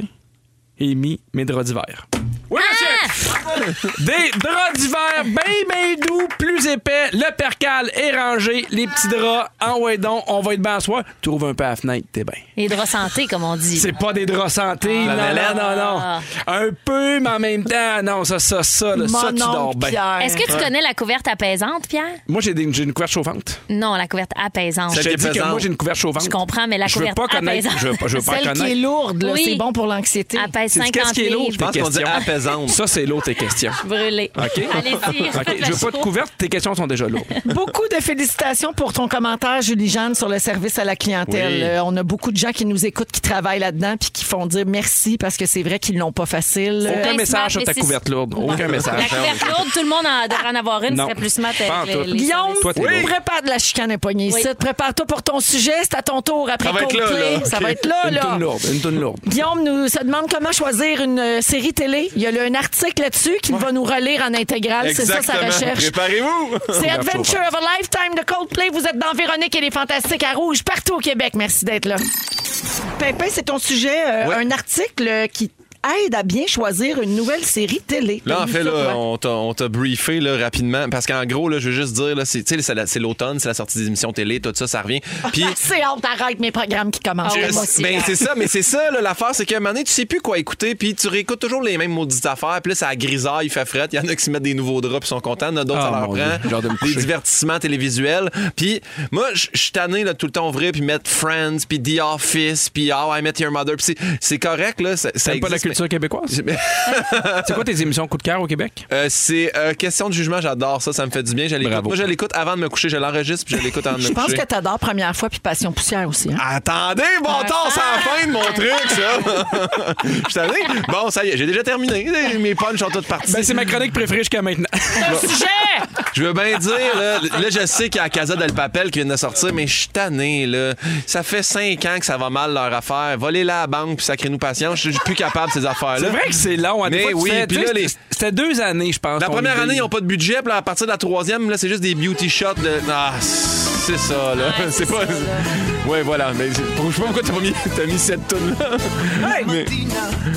J'ai mis mes draps d'hiver. Ah! Oui, monsieur! Des draps d'hiver bien, bien doux, plus épais. Le percal est rangé. Les petits draps en donc On va être bien à soi. Trouve un peu à la fenêtre, t'es bien.
Les draps santé, comme on dit.
C'est pas des draps santé. non,
nanette.
non, non, non. Un peu, mais en même temps, ah, non, ça, ça, ça, là, ça,
mon
tu dors
oncle
bien.
Pierre.
Est-ce que tu connais la couverte apaisante, Pierre?
Moi, j'ai des- j'ai une couverte chauffante.
Non, la couverte apaisante.
Je
Celle
te
qui est
dis que
pesante.
moi, j'ai une couverte chauffante.
Je comprends, mais la
Je veux
couverte
pas connaître.
apaisante.
Je veux pas, je veux pas
Celle
connaître.
qui est lourde, là,
Oui.
c'est bon pour l'anxiété.
Elle pèse
C'est
50
qu'est-ce qui est lourd?
livres.
pense qu'on dit
Tes questions.
apaisante.
Ça, c'est lourd, tes questions.
Brûlée.
OK?
Allez-y.
OK,
faites
je
le
veux pas de
show.
couverte, tes questions sont déjà lourdes.
Beaucoup de félicitations pour ton commentaire, Julie-Jeanne, sur le service à la clientèle.
Oui.
Euh, on a beaucoup de gens qui nous écoutent, qui travaillent là-dedans, puis qui font dire merci parce que c'est vrai qu'ils l'ont pas facile. Euh,
Aucun
Aucun
smart,
message sur ta
mais c'est-
couverte lourde. Aucun
La
message.
couverte lourde, tout le monde en devrait en avoir une. Ce
Non.
serait plus smart
Pas en
avec les,
tout.
les
Guillaume,
services.
Toi, t'es lourd.
prépare de la chicane impognée
Oui.
ici. Prépare-toi pour ton sujet. C'est à ton tour après
Ça va être là,
Coldplay.
là.
Ça
OK.
va être là,
Une
là.
toune lourde, une toune lourde.
Guillaume nous se demande comment choisir une euh, série télé. Il y a là, un article là-dessus qu'il va nous relire en intégrale. Ah, C'est ça sa recherche.
Préparez-vous.
C'est Adventure of a Lifetime de Coldplay. Vous êtes dans Véronique et les Fantastiques à Rouge, partout au Québec. Merci d'être là. Pimpin, c'est ton sujet. euh,
Ouais.
Un article euh, qui aide à bien choisir une nouvelle série télé.
Là,
T'as
en
vu
fait,
ça,
là,
toi?
on t'a- on t'a briefé là, rapidement. Parce qu'en gros, là, je veux juste dire, là, c'est tu sais, c'est la- c'est l'automne, c'est la sortie des émissions télé, tout ça, ça revient. Puis.
C'est honte, arrête mes programmes qui commencent.
Je-
Ah Moi aussi.
ben, c'est ça, mais c'est ça, là, l'affaire, c'est qu'à un moment donné, tu sais plus quoi écouter, puis tu réécoutes toujours les mêmes maudites affaires, puis là, ça grisaille, il fait fret, il y en a qui se mettent des nouveaux draps, puis sont contents, il y en a d'autres,
Ah,
ça leur
mon Dieu,
prend.
j'ai hâte de me
des
coucher.
divertissements télévisuels. Puis moi, je je suis tanné, là, tout le temps ouvrir, puis mettre Friends, puis The Office, puis How I Met Your Mother, puis c'est- c'est correct, là, ça, ça
T'aimes pas la
existe,
culture québécoise?
mais-
C'est quoi tes émissions coup de cœur au Québec?
Euh, c'est euh, question de jugement, j'adore ça, ça me fait du bien. Je l'écoute.
Bravo.
Moi, je l'écoute avant de me coucher, je l'enregistre puis je l'écoute avant de me
Je
coucher.
pense que t'adores Première fois puis Passion Poussière aussi. hein?
Attendez, bon temps, c'est la fin de mon truc, ça! Je suis tanné. Bon, ça y est, j'ai déjà terminé. Mes punchs sont toutes partis.
Ben, c'est ma chronique préférée jusqu'à maintenant.
Ah,
Je veux bien dire, là, là, je sais qu'il y a Casa del Papel qui vient de sortir, mais je suis tanné, là. Ça fait cinq ans que ça va mal, leur affaire. Voler-la à la banque, puis sacrez-nous patience. Je suis plus capable, de ces affaires-là.
C'est vrai que c'est long. hein. Des
Mais
fois, tu
oui,
fais-
puis
tu sais,
là, les-
c'était- C'était deux années, je pense.
La
ton
première
idée.
année, ils n'ont pas de budget. Puis là, à partir de la troisième, là, c'est juste des beauty shots. De... Ah, c'est ça, là. c'est pas. Ouais, voilà. Mais je sais pas pourquoi t'as pas mis, t'as mis cette tune là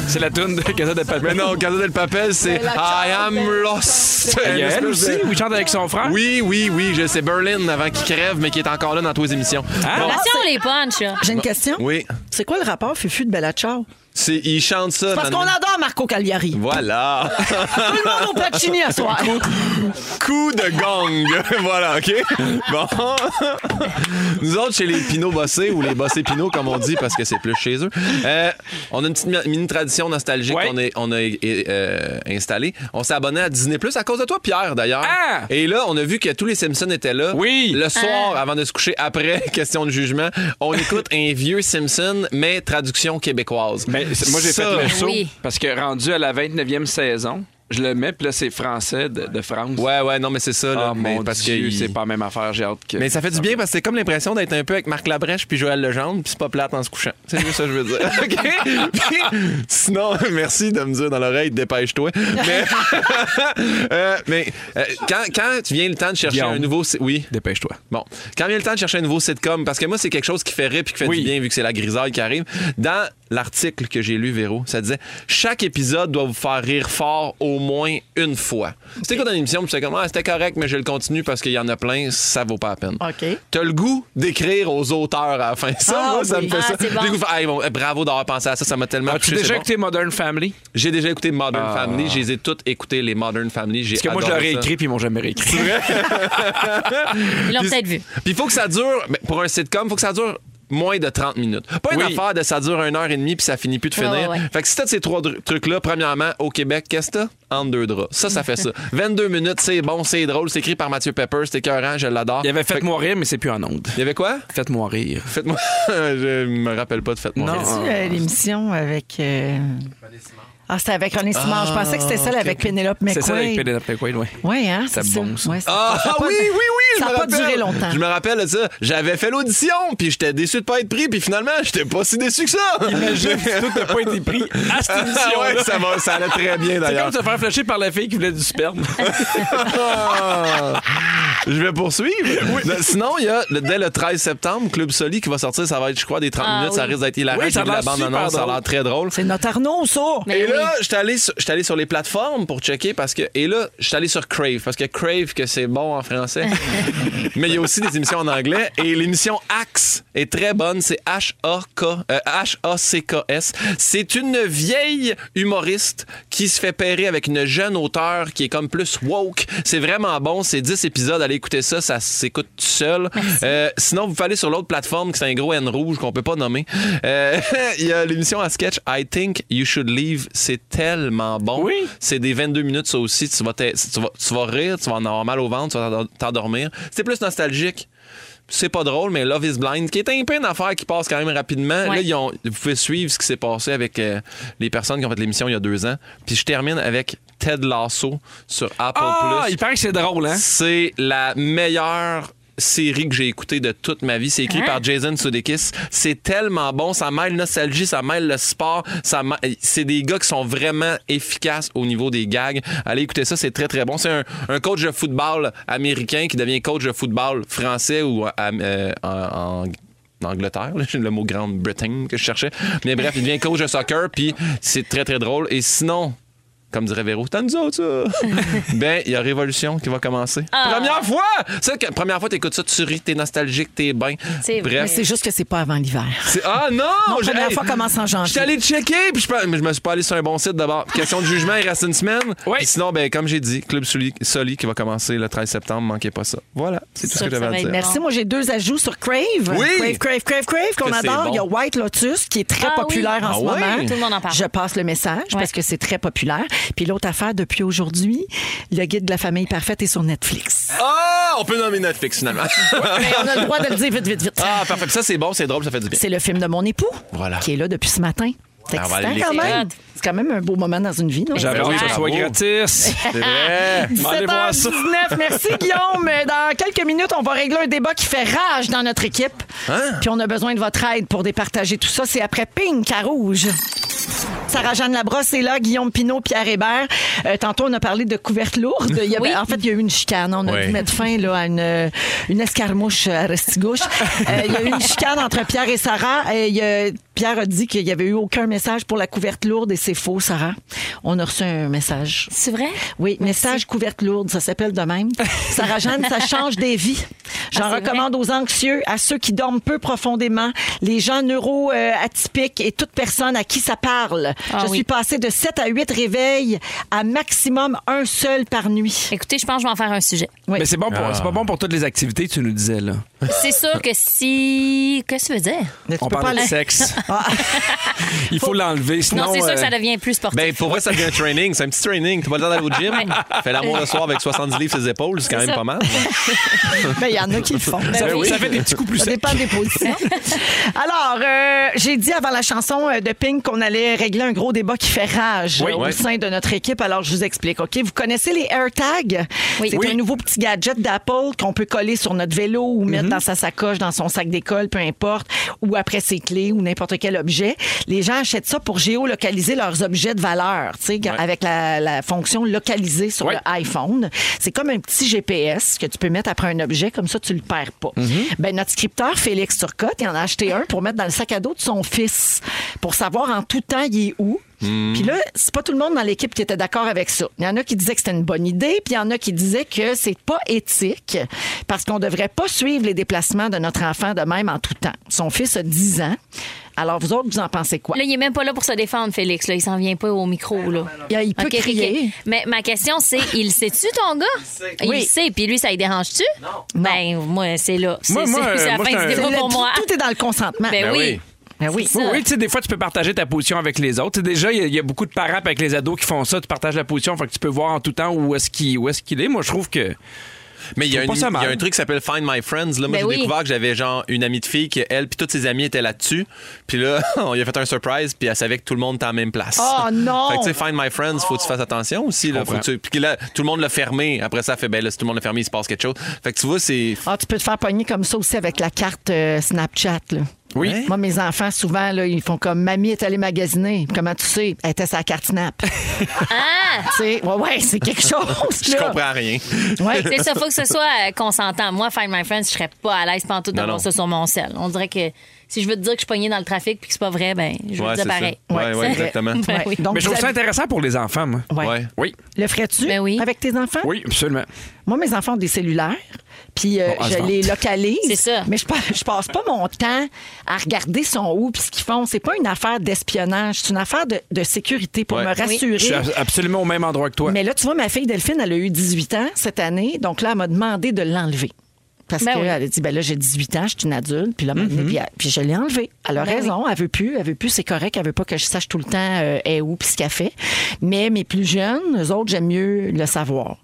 C'est la toune de Casa de Papel.
Mais non, Casa del Papel, c'est I am lost.
Il y a
Une
elle
espèce
aussi,
de-
où il chante avec son frère.
Oui, oui, oui, je sais. Berlin, avant qu'il crève, mais qui est encore là dans toutes les émissions.
Ah.
Bon,
Attention les punchs, là.
J'ai une question.
oui.
C'est quoi le rapport Fufu de Bella Ciao?
C'est, il chante ça.
Parce qu'on
maintenant.
adore Marco Cagliari.
Voilà.
Tout le monde au Pacini à soir.
Coup de gong. voilà, OK? Bon. Nous autres, chez les Pinot Bossés, ou les Bossés Pinot, comme on dit, parce que c'est plus chez eux, euh, on a une petite mi- mini tradition nostalgique
Ouais.
qu'on est- on a euh, euh, installée. On s'est abonné à Disney Plus à cause de toi, Pierre, d'ailleurs.
Ah!
Et là, on a vu que tous les Simpsons étaient là.
Oui.
Le soir, avant de se coucher, après question de jugement, on écoute un vieux Simpson, mais traduction québécoise.
Ben, c'est- moi, j'ai fait
Ça,
le saut
Oui.
parce que rendu à la 29e saison, je le mets, puis là, c'est français de, de France.
Ouais, ouais, non, mais c'est ça. Là,
Ah,
mais
mon
parce
Dieu,
que
c'est pas la même affaire. J'ai hâte que.
Mais ça fait du bien parce que c'est comme l'impression d'être un peu avec Marc Labrèche puis Joël Legendre, puis c'est pas plate en se couchant. C'est juste ça que je veux dire. OK? Puis, sinon, merci de me dire dans l'oreille, dépêche-toi. Mais, euh, mais euh, quand, quand tu viens le temps de chercher
Guillaume.
un nouveau. si- Oui.
Dépêche-toi.
Bon, quand vient le temps de chercher un nouveau sitcom, parce que moi, c'est quelque chose qui fait rire puis qui fait
Oui.
du bien vu que c'est la grisaille qui arrive. Dans l'article que j'ai lu, Véro, ça disait chaque épisode doit vous faire rire fort au moins une fois. C'était quoi dans l'émission? Puis c'était comme, ah, c'était correct, mais je le continue parce qu'il y en a plein, ça vaut pas la peine.
OK.
T'as le goût d'écrire aux auteurs à la fin. Ça,
Ah
moi, ça
oui.
me fait
Ah,
ça.
c'est bon.
J'ai le goût de faire, hey, bon, eh, bravo d'avoir pensé à ça, ça m'a tellement
As-tu
touché, c'est
Ah, déjà
bon.
écouté Modern Family?
J'ai déjà écouté Modern
Ah.
Family, j'ai les ai toutes écoutées, les Modern Family. j'ai
Parce que moi, je
adoré
l'aurais
ça.
écrit, puis ils m'ont jamais réécrit.
Ils l'ont
Puis-
peut-être vu.
Puis il faut que ça dure, ben, pour un sitcom, il faut que ça dure moins de 30 minutes. Pas une
Oui.
affaire de ça dure une heure et demie puis ça finit plus de finir.
ouais, ouais.
Fait que si t'as ces trois dr- trucs-là, premièrement, au Québec, qu'est-ce que t'as? Entre deux draps. Ça, ça fait ça. 22 minutes, c'est bon, c'est drôle, c'est écrit par Mathieu Pepper, c'est écœurant, je l'adore.
Il y avait Faites-moi rire, mais c'est plus en onde.
Il y avait quoi?
Faites-moi rire.
Faites-moi. je me rappelle pas de faites-moi.
Non.
rire.
Tu, euh, l'émission avec. euh, Ah, c'était avec René Simard. je pensais que c'était celle
Ah,
avec Pénélope McQuaid.
C'est ça avec Penelope McQuaid, oui.
Oui, hein?
C'est bon, ça.
Ouais, c'est
Ah,
ça. Ça a pas-
oui, oui, oui!
Ça
je
n'a
me
pas
rappelle.
duré longtemps.
Je me rappelle de ça. J'avais fait l'audition, puis j'étais déçu de pas être pris, puis finalement, j'étais pas si déçu que ça!
Imagine si tout n'a pas été pris à cette
Ah
émission
ouais, ça, va, ça allait très bien
C'est
d'ailleurs.
comme se faire flasher par la fille qui voulait du sperme.
Ah! Je vais poursuivre. Le- Sinon, il y a le- dès le 13 septembre, Club Soli qui va sortir. Ça va être, je crois, des 30
Ah
minutes. Ça
oui.
risque d'être hilarant.
Oui, ça
J'ai vu la
a l'air
bande
super
annonce, ça a l'air
drôle.
très drôle.
C'est notre Arnaud, ça.
Mais
Et
Ben oui.
là, j'étais allé, sur- j'étais allé sur les plateformes pour checker parce que. Et là, j'étais allé sur Crave parce que Crave, que c'est bon en français. Mais il y a aussi des émissions en anglais. Et l'émission Axe est très bonne. C'est H-A-K, euh, H-A-C-K-S. C'est une vieille humoriste qui se fait pairer avec une jeune auteure qui est comme plus woke. C'est vraiment bon. C'est 10 épisodes. Allez écouter ça. Ça s'écoute tout seul. Euh, sinon, vous pouvez aller sur l'autre plateforme qui c'est un gros N rouge qu'on peut pas nommer. Euh, Il y a l'émission à sketch I Think You Should Leave. C'est tellement bon.
Oui.
C'est des 22 minutes, ça aussi. Tu vas, t'es- tu, vas, tu vas rire, tu vas en avoir mal au ventre, tu vas t'endor- t'endormir. C'est plus nostalgique. C'est pas drôle, mais Love is Blind, qui est un peu une affaire qui passe quand même rapidement.
Ouais.
Là, ils ont- vous pouvez suivre ce qui s'est passé avec euh, les personnes qui ont fait l'émission il y a deux ans. Puis je termine avec Ted Lasso sur Apple
Ah,
Plus.
il paraît que c'est drôle, hein?
C'est la meilleure série que j'ai écoutée de toute ma vie. C'est écrit
Hein?
par Jason Sudeikis. C'est tellement bon. Ça mêle nostalgie, ça mêle le sport. Ça mê- C'est des gars qui sont vraiment efficaces au niveau des gags. Allez écouter ça, c'est très, très bon. C'est un, un coach de football américain qui devient coach de football français ou euh, am- euh, en... en- d'Angleterre, là, le mot Grande-Bretagne que je cherchais. Mais bref, il devient coach de soccer, puis c'est très, très drôle. Et sinon, comme dirait Véro, c'est à nous autres, ça. ben, il y a Révolution qui va commencer. Première fois! Ça, que- première fois, t'écoutes ça, tu ris, t'es nostalgique, t'es bien.
C'est vrai.
Bref,
Mais
C'est juste que c'est pas avant l'hiver.
c'est- Ah non!
Non,
J'ai-
première
hey,
fois commence en
Je suis
janvier.
allé checker, puis je, pas- mais je me suis pas allé sur un bon site d'abord. Question de jugement, il reste une semaine.
Oui.
Puis Sinon, ben, comme j'ai dit, Club Soli, Soli qui va commencer le 13 septembre, manquez pas ça. Voilà, c'est tout
Ça,
ce que
ça
j'avais
va
à
être
dire.
bien.
Merci. Moi, j'ai deux ajouts sur Crave.
Oui.
Crave, Crave, Crave, Crave, qu'on
Que c'est
adore.
bon.
Il y a White Lotus, qui est très
Ah oui.
populaire en
Ah
ce
ouais?
moment.
Tout le monde en parle.
Je passe le message
Ouais.
parce que c'est très populaire. Puis l'autre affaire, depuis aujourd'hui, le guide de la famille parfaite est sur Netflix.
Ah, on peut nommer Netflix finalement.
Mais on a le droit de le dire vite, vite, vite.
ah, parfait. Puis Ça, c'est bon, c'est drôle, ça fait du bien.
C'est le film de mon époux
Voilà.
qui est là depuis ce matin. C'est
Ben, on va
excitant
aller
quand
l'écouter.
même. C'est quand même un beau moment dans une vie. non?
J'avais
Ben oui,
envie que ce soit
bravo.
gratis.
C'est
Ah.
vrai.
Mais allez voir ça.
19. Merci Guillaume. Dans quelques minutes, on va régler un débat qui fait rage dans notre équipe.
Hein?
Puis on a besoin de votre aide pour départager tout ça. C'est après Pink à Rouge. Sarah-Jeanne Labrosse est là, Guillaume Pinot, Pierre Hébert. Euh, tantôt, on a parlé de couvertes lourdes. Il y a-
Oui.
En fait, il y a eu une chicane. On a
Oui.
dû mettre fin là, à une, euh, une escarmouche à Restigouche. Euh, il y a eu une chicane entre Pierre et Sarah. Et il y a- Pierre a dit qu'il n'y avait eu aucun message pour la couverte lourde et c'est faux, Sarah. On a reçu un message.
C'est vrai?
Oui, message couverte lourde, ça s'appelle de même. Sarah Jeanne, ça change des vies. J'en
Ah, c'est
recommande aux anxieux, à ceux qui dorment peu profondément, les gens neuro-atypiques et toute personne à qui ça parle.
Ah
je
oui.
suis passée de 7 à 8 réveils à maximum un seul par nuit.
Écoutez, je pense que je vais en faire un sujet.
Oui.
Mais c'est bon pour, c'est pas bon pour toutes les activités, tu nous disais, là.
C'est sûr que si. Qu'est-ce que tu veux dire?
Mais tu
On
peux
parlait
pas
de
aller-
sexe.
Ah,
Il faut l'enlever, sinon.
Non, c'est sûr
euh,
que ça devient plus sportif.
Ben, pour vrai, ça devient un training. C'est un petit training. T'as pas le temps d'aller au gym. Fais l'amour le soir avec 70 livres ses épaules. C'est quand même
ça.
pas mal.
ben, il y en a qui le font.
ça,
Ben
fait-
oui.
ça fait des petits coups plus
Ça
secs.
dépend des positions. Alors, euh, j'ai dit avant la chanson euh, de Pink qu'on allait régler un gros débat qui fait rage
Oui,
euh, au
oui.
sein de notre équipe. Alors, je vous explique, OK? Vous connaissez les AirTags?
Oui.
C'est
Oui.
un nouveau petit gadget d'Apple qu'on peut coller sur notre vélo ou
Mm-hmm.
mettre dans sa sacoche, dans son sac d'école, peu importe, ou après ses clés ou n'importe quel objet. Les gens achètent ça pour géolocaliser leurs objets de valeur, tu sais, avec la, la fonction localiser sur
Oui.
le iPhone. C'est comme un petit GPS que tu peux mettre après un objet, comme ça, tu le perds pas.
Mm-hmm.
ben, notre scripteur, Félix Turcotte, il en a acheté un pour mettre dans le sac à dos de son fils, pour savoir en tout temps il est où. Puis là, c'est pas tout le monde dans l'équipe qui était d'accord avec ça. Il y en a qui disaient que c'était une bonne idée, puis il y en a qui disaient que c'est pas éthique parce qu'on devrait pas suivre les déplacements de notre enfant de même en tout temps. Son fils a 10 ans. Alors, vous autres, vous en pensez quoi?
Là, il est même pas là pour se défendre, Félix. Là. Il s'en vient pas au micro. Là.
Il- il peut
Ok, ok,
crier.
ok. Mais ma question, c'est il sait-tu, ton gars Il
Oui.
sait. Puis lui, ça le dérange-tu Non. Ben, moi, c'est là. C'est
Moi, moi, euh,
c'est- c'est la
moi,
fin
c'est
du
un-
débat
Le-
pour
tout,
moi.
tout est dans le consentement.
Ben, oui.
oui.
Ben oui.
C'est ça.
Oui, tu sais, des fois, tu peux partager ta position avec les autres. Tu sais, Déjà, il y a- il y, a beaucoup de parents avec les ados qui font ça. Tu partages la position, fait que tu peux voir en tout temps où est-ce qu'il où est, qu'il est. Moi, je trouve que.
Mais il y, a
Je
une-
trouve
il
pas ça mal.
y a un truc qui s'appelle Find My Friends. Là, moi,
Ben
j'ai
oui.
découvert que j'avais genre une amie de fille qui, elle, puis toutes ses amies étaient là-dessus. Puis là, on lui a fait un surprise, puis elle savait que tout le monde était à la même place.
Oh, non!
Fait que, tu sais, Find My Friends, faut que
Oh.
tu fasses attention aussi. Là, faut que tu- Puis là, tout le monde l'a fermé. Après ça, elle fait, ben là, si tout le monde l'a fermé, il se passe quelque chose. Fait que tu vois, c'est.
Ah, tu peux te faire pogner comme ça aussi avec la carte euh, Snapchat. là.
Oui.
Hein? Moi, mes enfants, souvent, là, ils font comme Mamie est allée magasiner. Comment tu sais? Elle était sa carte Snap.
Ah!
tu sais, ouais, ouais, c'est quelque chose.
Je
là.
comprends rien.
Ouais.
C'est ça, faut que ce soit euh, consentant. Moi, Find My Friends, je serais pas à l'aise pendant tout de
Non, non.
voir ça sur mon sel. On dirait que si je veux te dire que je suis pognée dans le trafic puis que c'est pas vrai, ben, je veux
Ouais,
te dire
c'est ça.
pareil.
Ouais, ouais,
c'est-
exactement.
Ben
Ouais.
oui.
Donc,
Mais je trouve
vous
ça
avez-
intéressant pour les enfants, moi.
Ouais.
Ouais.
Oui.
Le ferais-tu
Ben oui.
avec tes enfants?
Oui, absolument.
Moi, mes enfants ont des cellulaires, puis euh,
Bon, à
je
se
les
vendre.
localise.
C'est ça.
Mais je, pa- je passe pas mon temps à regarder son où puis ce qu'ils font. C'est pas une affaire d'espionnage, c'est une affaire de, de sécurité pour
Ouais.
me
Oui.
rassurer.
Je suis ab- absolument au même endroit que toi.
Mais là, tu vois, ma fille Delphine, elle a eu 18 ans cette année. Donc là, elle m'a demandé de l'enlever. Parce
Ben
qu'elle
oui.
a dit, ben là, j'ai 18 ans, je suis une adulte. Puis là, maintenant, puis, elle- puis je l'ai enlevée. Elle a raison, elle veut plus, elle veut plus, c'est correct. Elle veut pas que je sache tout le temps euh, elle est où puis ce qu'elle fait. Mais mes plus jeunes, eux autres, j'aime mieux le savoir.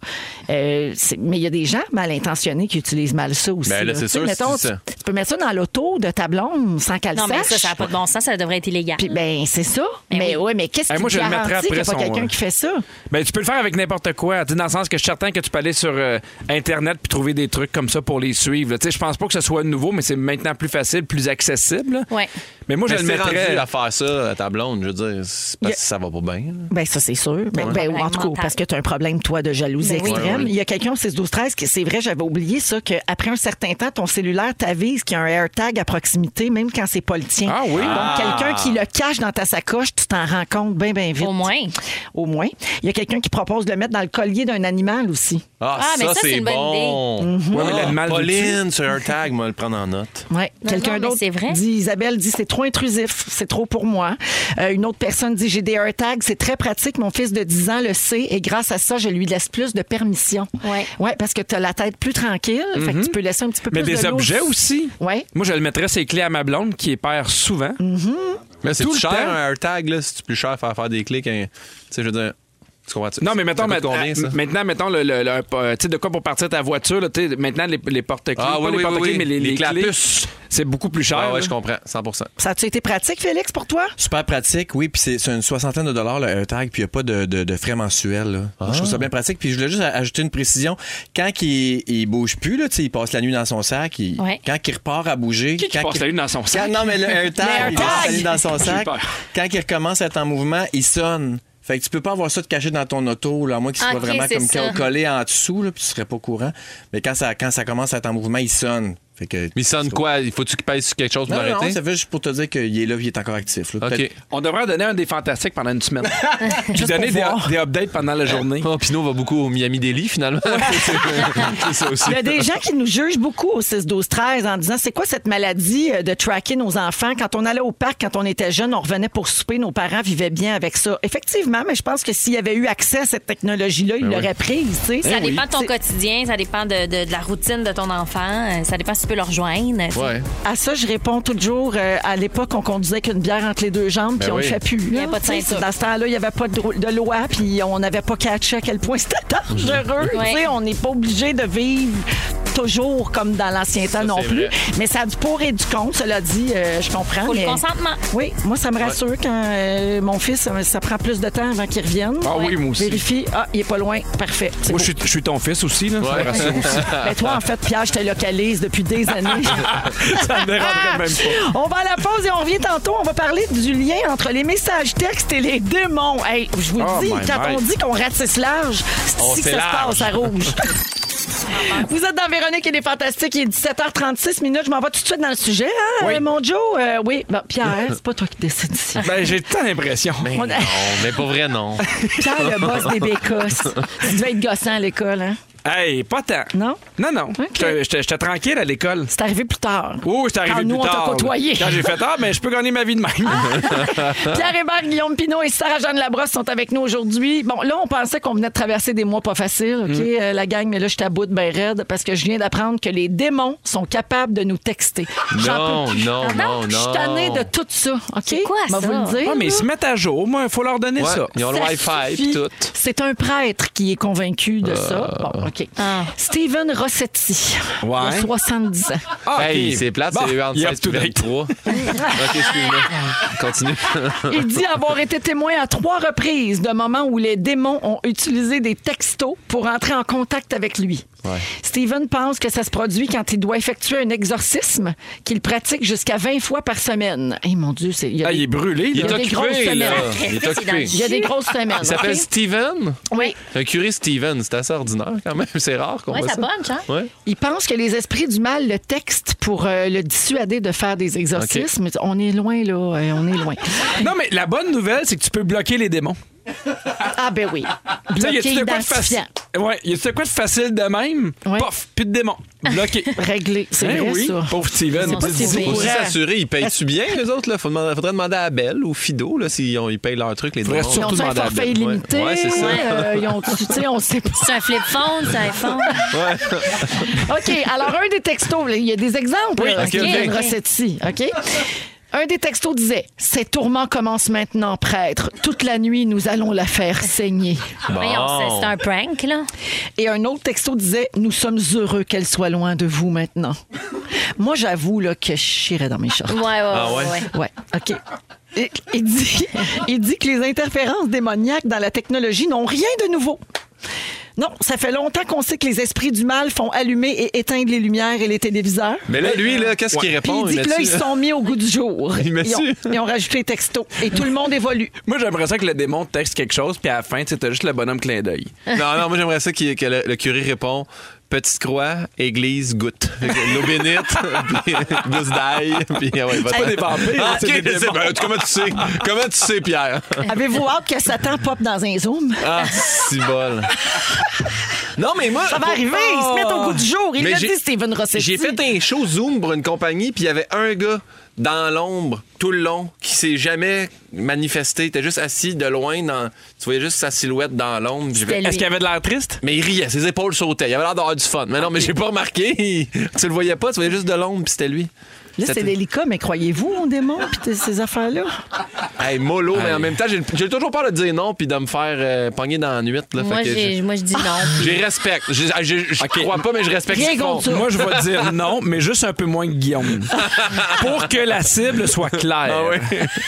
Euh, c'est- mais il y a des gens mal intentionnés qui utilisent mal ça aussi.
Ben là,
là.
c'est
Tu sais,
sûr, si
mettons,
tu dis
tu,
ça.
tu peux mettre ça dans l'auto de ta blonde sans qu'elle
Non, mais
sache.
ça, ça n'a pas de bon sens, ça devrait être illégal.
Puis ben, c'est ça.
Ben
mais
oui.
ouais, mais qu'est-ce
Eh,
qui
moi, je le mettrais
garantit qu'il n'y a
après
pas
son,
quelqu'un
euh,
qui fait ça?
Ben, tu peux le faire avec n'importe quoi. Tu sais, Dans le sens que je suis certain que tu peux aller sur euh, Internet puis trouver des trucs comme ça pour les les suivre. là. Tu sais, Je pense pas que ce soit nouveau, mais c'est maintenant plus facile, plus accessible. là.
Ouais.
Mais moi, je
Mais
le
Ben, c'est rendu
mettrais.
à faire ça à ta blonde, je veux dire, c'est parce que ça va pas bien.
Ben ça, c'est sûr. Ben, ben, ou en tout
mental.
cas, parce que tu as un problème, toi, de jalousie
Ben oui.
extrême.
Ouais, ouais.
Il y a quelqu'un au 6-12-13 qui, c'est vrai, j'avais oublié ça, qu'après un certain temps, ton cellulaire t'avise qu'il y a un AirTag à proximité, même quand c'est pas le tien.
Ah oui?
Donc, quelqu'un qui le cache dans ta sacoche, tu t'en rends compte bien, bien vite.
Au moins.
Au moins. Il y a quelqu'un qui propose de le mettre dans le collier d'un animal aussi.
Ah,
Ah, mais
ça,
ça, c'est
c'est
une bonne
bon.
Ouais, mais
Ah,
l'animal veut
Pauline, sur un tag, moi, le prendre en note.
Ouais.
Non,
Quelqu'un
non, mais
d'autre
c'est vrai.
dit, Isabelle dit, c'est trop intrusif, c'est trop pour moi. Euh, une autre personne dit, j'ai des AirTags, c'est très pratique, mon fils de 10 ans le sait et grâce à ça, je lui laisse plus de permission.
Ouais.
parce que tu as la tête plus tranquille, fait que tu peux laisser un petit peu
Mm-hmm. Mais
plus de
des
lousse.
objets aussi.
Ouais.
Moi, je le mettrais ces clés à ma blonde qui les perd souvent.
Mais c'est
Tout le
cher,
temps.
un AirTag, là, si tu plus cher faire faire des clics. hein. Tu sais, je veux dire, tu comprends-tu?
Non, mais mettons,
Ça
ma-
coûte combien, ça?
euh, maintenant, mettons, le, le- le- euh, tu sais, de quoi pour partir ta voiture, là, tu sais, maintenant, les, les porte-clés,
Ah,
pas
oui,
les
oui,
porte-clés,
oui,
mais les,
les
les clés,
clapus.
c'est beaucoup plus cher.
Ah
là.
ouais, je comprends, 100
Ça a-tu été pratique, Félix, pour toi?
Super pratique, oui. Puis c'est c'est une soixantaine de dollars le un tag, puis il n'y a pas de, de- de frais mensuels. là. Je
Ah.
trouve ça bien pratique. Puis je voulais juste a- ajouter une précision. Quand il, il bouge plus, là, tu sais, il passe la nuit dans son sac. il-
Ouais.
Quand il repart à bouger.
Qui qui
quand
passe
il-
la nuit dans son sac?
Quand- non, mais le un tag,
un
il passe
tag!
la nuit dans son
J'ai
sac.
peur.
Quand il recommence à être en mouvement, il sonne. Fait que tu peux pas avoir ça de caché dans ton auto, là, à moins qu'il
Ah,
soit
Ok,
vraiment
c'est
comme
ça.
collé en dessous, là, puis tu serais pas au courant. Mais quand ça, quand ça commence à être en mouvement, il sonne. Fait que,
Mais il sonne quoi? Il faut-tu qu'il pèse sur quelque chose pour
Non, non,
l'arrêter?
ça veut juste pour te dire qu'il est là, il est encore actif. là.
OK.
Peut-être-
On devrait en donner un des fantastiques pendant une semaine. Puis donner
pour
des,
voir.
des updates pendant la journée.
Oh, Pinot va beaucoup au Miami Deli, finalement. c'est ça aussi.
Il y a des gens qui nous jugent beaucoup au 6-12-13 en disant c'est quoi cette maladie euh, de tracker nos enfants? Quand on allait au parc, quand on était jeune, on revenait pour souper, nos parents vivaient bien avec ça. Effectivement, mais je pense que s'il y avait eu accès à cette technologie-là, ils l'auraient prise. tu sais.
Ça dépend de ton
Eh C'est-
quotidien, ça dépend de, de- de la routine de ton enfant, euh, ça dépend si tu peux le rejoindre. tu sais.
Ouais.
À ça, je réponds toujours. euh, à l'époque, on conduisait qu'une bière entre les deux
Ben
jambes, puis on
oui.
le fait plus. Il
y avait pas de ceinture.
Dans ce temps-là, il n'y avait pas de, dro- de loi, puis on n'avait pas catché à quel point c'était dangereux.
Ouais.
Tu sais, On n'est pas obligé de vivre toujours comme dans l'ancien temps non
c'est
plus.
vrai.
Mais ça a du pour et du contre, cela dit, euh, je comprends.
Faut le
mais-
consentement.
Oui, moi, ça me rassure quand euh, mon fils, euh, ça prend plus de temps avant qu'il revienne.
Ah oui, moi aussi.
Vérifie. Ah, il est pas loin. Parfait. C'est beau.
Moi, je suis, je suis ton fils aussi, là. Ça me rassure aussi.
Ben, toi, en fait, Pierre, je te localise depuis des années.
Ça me dérangerait même pas.
On va à la pause et on revient tantôt. On va parler du lien entre les messages textes et les démons. Hey, je vous le
Oh
dis,
my Oh,
quand
God.
on dit qu'on ratisse large, c'est
On
ici que ça
fait large.
se passe à rouge. Vous êtes dans Véronique et les Fantastiques. Il est 17h36 minutes. Je m'en vais tout de suite dans le sujet, hein,
Oui.
euh, mon Joe? Euh, oui, Bon, Pierre, c'est pas toi qui décides ici.
Ben, j'ai tant l'impression.
Ben.
On a-
Non, mais pas vrai, non.
Pierre, le boss des bécosses. Tu devais être gossant à l'école, hein?
Hey, pas tant.
Non?
Non, non.
Ok.
J'étais- J'étais j'étais tranquille à l'école.
C'est arrivé plus tard.
Oh, j'étais arrivé
Quand nous,
plus
on
tard.
t'a côtoyé.
Quand j'ai fait tard, mais je peux gagner ma vie de même.
Hein?
Pierre Hébert, Guillaume Pinot et Sarah-Jeanne Labrosse sont avec nous aujourd'hui. Bon, là, on pensait qu'on venait de traverser des mois pas faciles, OK,
Mm.
euh, la gang, mais là, je t'aboute bien ben raide parce que je viens d'apprendre que les démons sont capables de nous texter. J'en
Non,
peux plus. Ah,
non, non,
Je suis
non. Ah,
tannée de tout ça, OK?
C'est quoi,
M'en
ça?
vous le dire,
Ouais, Ah, mais ils
là.
se mettent à jour. Moi, il faut leur donner
Ouais,
ça.
Ils ont le
Ça
Wi-Fi
suffit.
pis tout. Euh.
C'est un prêtre qui est convaincu de ça. Bon, OK.
Ah.
Stephen Rossetti,
Ouais.
de 70 ans.
Ah,
Hey,
ok.
c'est plate, c'est
Bon,
eu entre
il y a
16
tout
et
d'être.
23. OK, excuse-moi. Continue.
Il dit avoir été témoin à trois reprises de moments où les démons ont utilisé des textos pour entrer en contact avec lui. Steven pense que ça se produit quand il doit effectuer un exorcisme qu'il pratique jusqu'à 20 fois par semaine. Eh mon Dieu, c'est il y a
Ah,
des-
il est brûlé,
Il
là.
est
a des grosses
occupé, là.
semaines.
Il est occupé.
il y a des grosses semaines.
Il s'appelle
OK?
Steven?
Oui.
C'est Un curé Steven, c'est assez ordinaire quand même. C'est rare qu'on
Ouais,
voit
ça
ça.
punch, hein?
Ouais.
Il pense que les esprits du mal le textent pour euh, le dissuader de faire des exorcismes. On est loin, là. euh, on est loin.
Non, mais la bonne nouvelle, c'est que tu peux bloquer les démons.
Ah, ben oui.
Tu sais, y
Bloqué,
a-tu de quoi de
identifiant.
facile? Ouais, y a-tu de quoi de facile de même?
Ouais.
Pof, plus de démons. Bloqué.
Réglé. C'est
Ben
vrai,
oui,
ça.
pauvre Steven.
Ils ont
Dis-
sauvé.
dis-
Faut aussi
Ouais.
s'assurer, ils payent-tu bien, les autres? Là? Faut demander- faudrait demander à Abel ou Fido là, s'ils ont- ils payent leur truc, les
Faudrait
démons.
Ils ont
surtout-
un
demander à
forfait
Ben.
illimité.
Ouais, ouais, c'est ça.
Euh, ils ont, tu sais, on sait pas.
C'est un flip phone, c'est un iPhone.
OK, alors un des textos, là, il y a des exemples.
Oui,
là,
ok,
qui
ok.
viennent de Rossetti, OK? Un des textos disait Ces tourments commencent maintenant, prêtre. Toute la nuit, nous allons la faire saigner.
Voyons, c'est- c'est un prank, là.
Et un autre texto disait Nous sommes heureux qu'elle soit loin de vous maintenant. Moi, j'avoue là, que je chierais dans mes shorts.
Ouais, ouais, ouais. ouais.
Ouais, OK. Il- Il dit, il dit que les interférences démoniaques dans la technologie n'ont rien de nouveau. Non, ça fait longtemps qu'on sait que les esprits du mal font allumer et éteindre les lumières et les téléviseurs.
Mais là, lui, là, qu'est-ce qu'il
Puis
répond?
il dit que là,
met-tu-
ils se sont mis au goût du jour.
Il met
ils, ont,
dessus.
ils ont rajouté les textos. Et tout le monde évolue.
Moi, j'aimerais ça que le démon te texte quelque chose, puis à la fin, tu sais, t'as juste le bonhomme clin d'œil.
Non, non, moi j'aimerais ça qu'il- que le, le curé répond Petite croix, église, goutte. Fait que L'eau bénite, puis gousse d'ail, puis ah ouais, va-t'en.
pas des vampires,
Ah,
c'est
ok,
des
je sais,
démons.
ben, comment tu sais? Comment tu sais, Pierre?
Avez-vous hâte que Satan pop dans un zoom?
Ah, si bol. Non, mais moi.
Ça va arriver, ils se mettent au goût du jour. Il
Mais
l'a
j'ai-
dit, Steven Rossetti.
J'ai fait un show Zoom pour une compagnie, puis il y avait un gars dans l'ombre tout le long qui s'est jamais manifesté. Il était juste assis de loin. Dans, tu voyais juste sa silhouette dans l'ombre. J'ai fait,
C'était lui.
Est-ce qu'il avait de l'air triste?
Mais il riait, ses épaules sautaient. Il avait l'air d'avoir du fun. Mais non,
Ah.
mais j'ai pas remarqué. tu le voyais pas, tu voyais juste de l'ombre, puis c'était lui.
Là, c'est
C'était-
délicat, mais croyez-vous au démon puis ces affaires-là?
Hey, mollo, mais en même temps, j'ai j'ai toujours peur de dire non, puis de me faire euh, pogner dans la nuit. Là,
Moi,
fait que
j'ai-
j'ai-
moi, je dis non.
j'ai respect. J'ai- j'ai- Je crois pas, mais je respecte
Rien
ce qu'ils font.
contre ça.
Moi, je vais dire non, mais juste un peu moins que Guillaume. Pour que la cible soit claire.
Ah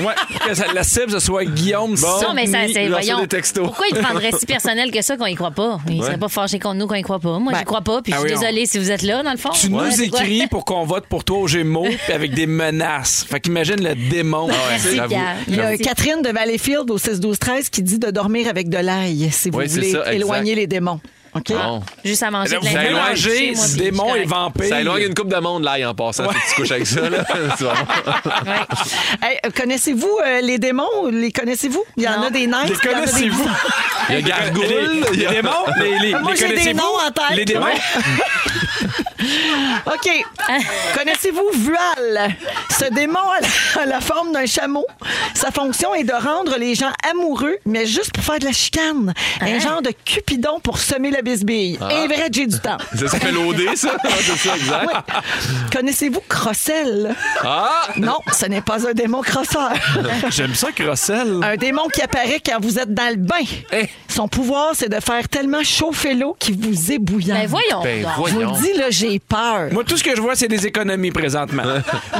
Ouais, pour que ça- la cible, ce soit Guillaume.
Non, mais ça, c'est.
il leur
Voyons.
fait des textos.
Pourquoi il prendrait si personnel que ça qu'on y croit pas? Il serait pas fâché contre nous qu'on y croit pas. Moi, j'y crois pas, puis
Ah
je suis
oui, on-
désolée si vous êtes là, dans le fond.
Tu
Ouais,
nous
c'est quoi?
écris pour qu'on vote pour toi au Gémeaux puis avec des menaces. Fait qu'imagine le démon.
Merci,
j'avoue.
Pierre.
Il y a
Merci.
Catherine de Valleyfield au 16-12-13 qui dit de dormir avec de l'ail si vous
Oui, c'est
voulez
ça, exact.
éloigner les démons. OK?
Bon.
Juste à manger
Là,
de
Eh ben, vous
la viande.
mélangez
Chez moi, puis je
démon
suis
et
correcte.
vampire.
Ça éloigne une coupe de monde, là, en passant. Si tu couches avec ça, là. tu vas voir.
Hey, euh, connaissez-vous euh, les démons? Les connaissez-vous? Il y en
Non.
a des nains.
Les
il y en a des-
connaissez-vous? Ah,
Il y a Gargoule. il y
Les
a-
démons? Les, les-
Moi,
les
j'ai des
connaissez-vous?
noms en tête.
Les démons?
Ouais. OK. Connaissez-vous Vual? Ce démon a la, a la forme d'un chameau. Sa fonction est de rendre les gens amoureux, mais juste pour faire de la chicane. Un genre de Cupidon pour semer la bisbille.
Ah.
Et vrai, j'ai du temps.
Ça s'appelle OD, ça? Ah, C'est ça, exact.
Oui. Connaissez-vous Crossel?
Ah!
Non, ce n'est pas un démon crosseur.
J'aime ça, Crossel.
Un démon qui apparaît quand vous êtes dans le bain.
Eh.
Son pouvoir, c'est de faire tellement chauffer l'eau qu'il vous ébouillante.
Ben voyons.
Ben,
donc.
Je vous
voyons.
le dis, là, j'ai peur.
Moi, tout ce que je vois, c'est des économies présentement.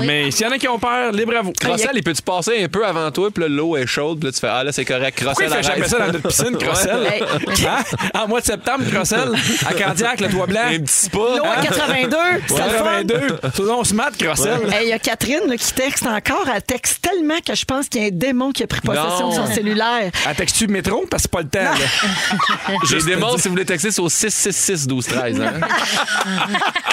Mais s'il y en a qui ont peur, libre à vous.
Crossel, il peut-tu passer un peu avant toi, puis là, l'eau est chaude, puis là, tu fais Ah, là, c'est correct.
Pourquoi
Crossel,
il fait jamais
arrête.
ça dans notre piscine, Crossel?
Hey.
Hein? En mois de septembre, Crossel, à Candiac, le toit blanc.
Un petit pas.
L'eau à 82, c'est le fun.
82. Sinon, on se mate, Crossel.
Hey, Il y a Catherine là, qui texte encore. Elle texte tellement que je pense qu'il y a un démon qui a pris possession
Non.
de son cellulaire.
À textu métro, parce que c'est pas le temps. là.
J'ai des mots, si vous voulez texter, c'est au 666 12 13. Hein?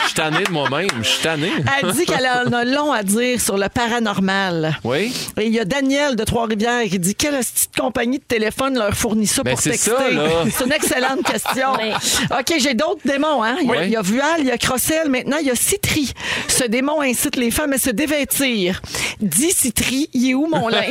Je suis tanné de moi-même. Je suis tanné.
Elle dit qu'elle en a long à dire sur le paranormal.
Oui.
Et il y a Daniel de Trois-Rivières qui dit quelle petite compagnie de téléphone leur fournit ça
Ben,
pour
c'est
texter.
ça, là.
C'est une excellente question.
Oui.
OK, j'ai d'autres démons. Hein? Il, y a,
Oui.
il y a Vual, il y a Crossel, maintenant il y a Citri. Ce démon incite les femmes à se dévêtir. Dis Citri, il est où mon linge?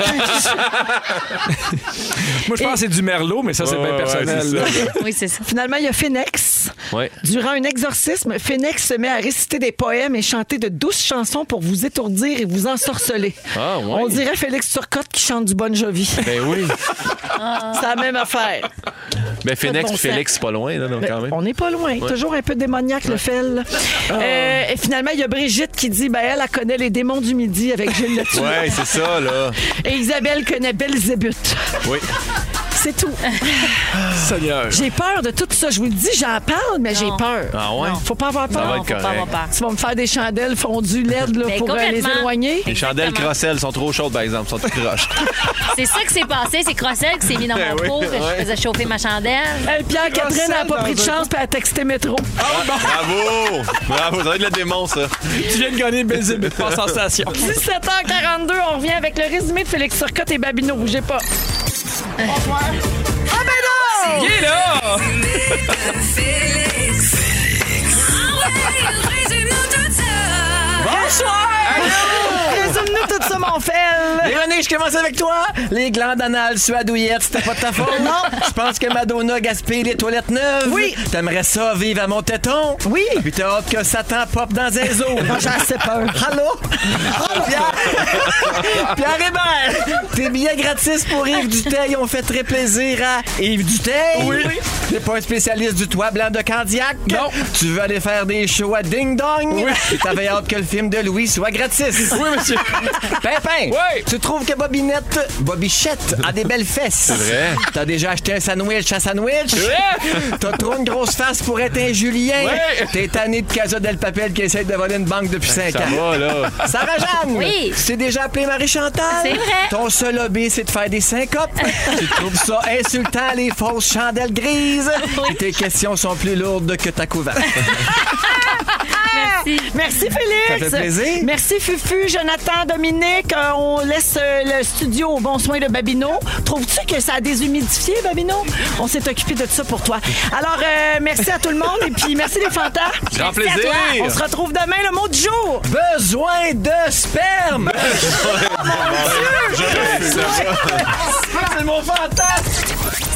Moi, je pense que c'est du merlot, mais ça, c'est bien
Ouais, ouais,
personnel.
c'est ça.
là.
Oui, c'est ça.
Finalement, il y a Phoenix.
Ouais.
Durant un exorcisme, Phoenix se met à réciter des poèmes et chanter de douces chansons pour vous étourdir et vous ensorceler.
Ah, ouais.
On dirait Félix Turcotte qui chante du Bon Jovi.
Ben oui.
C'est la même affaire.
Ben Phoenix
bon
puis
sens.
Félix, c'est pas loin, là, donc,
Mais
quand
Ben,
même. Ah.
On n'est pas loin. Toujours un peu démoniaque, le fel. Euh, et finalement, il y a Brigitte qui dit ben, elle, elle connaît les démons du midi avec Gilles Latulippe.
Ouais, c'est ça, là.
Et Isabelle connaît Belzébuth.
Oui.
C'est tout.
Seigneur.
J'ai peur de tout ça. Je vous le dis, j'en parle, mais j'ai peur.
Ah ouais?
Faut pas avoir peur.
va
Non,
être
faut pas avoir peur.
Tu vas me faire des chandelles fondues LED là,
Ben,
pour euh, les
complètement.
éloigner.
Les chandelles
Exactement.
Crossel sont trop chaudes, par exemple. Sont toutes croches.
C'est ça qui s'est passé. C'est Crossel qui s'est mis dans mon
Ben oui,
pot, que
ouais.
je faisais chauffer ma chandelle.
Hey, Pierre, Catherine n'a pas
dans
pris de
un
chance puis elle Euh, a texté métro.
Bravo! Bravo, ça va être le démon, ça.
Tu viens de gagner Belzébuth par sensation.
17h42, on revient avec le résumé de Félix Turcotte et Babino. Bougez pas.
Félix.
Résume-nous tout ça, mon fel.
Véronique, je commence avec toi. Les glandes anales suadouillettes, c'était pas de ta faute. Non. Je pense que Madonna gaspille les toilettes neuves.
Oui.
T'aimerais ça vivre à mon téton.
Oui.
Puis t'as hâte que Satan pop dans un eaux.
Moi, j'ai assez peur.
Allô? Pierre... Pierre Hébert! Tes billets gratis pour Yves Duteil ont fait très plaisir à Yves Duteil. Oui. T'es pas un spécialiste du toit blanc de Candiac. Non. Tu veux aller faire des shows à Ding Dong. Oui. Et t'avais hâte que le film de
là, Louis, soit gratis.
Oui, monsieur.
Pimpin,
Oui.
tu trouves que Bobinette, Bobichette, a des belles fesses. C'est
vrai.
T'as déjà acheté un sandwich à sandwich. T'as trop une grosse face pour être un Julien.
Ouais.
T'es tanné de Casa del Papel qui essaie de voler une banque depuis
Ben,
5
Ça
ans.
va, là.
Sarah Jeanne,
Oui.
tu t'es déjà appelée Marie Chantal.
C'est vrai.
Ton seul hobby, c'est de faire des syncopes. tu trouves ça insultant, les fausses chandelles grises. Et tes questions sont plus lourdes que ta couverte.
Merci.
Merci Félix.
Ça fait plaisir.
Merci Fufu, Jonathan, Dominique. Euh, on laisse euh, le studio au bon soin de Babino. Trouves-tu que ça a déshumidifié, Babino? On s'est occupé de ça pour toi. Alors, euh, merci à tout le monde et puis merci les fantas.
Grand plaisir.
On se retrouve demain, le mot du jour.
Besoin de sperme. Oh,
C'est mon fantasme.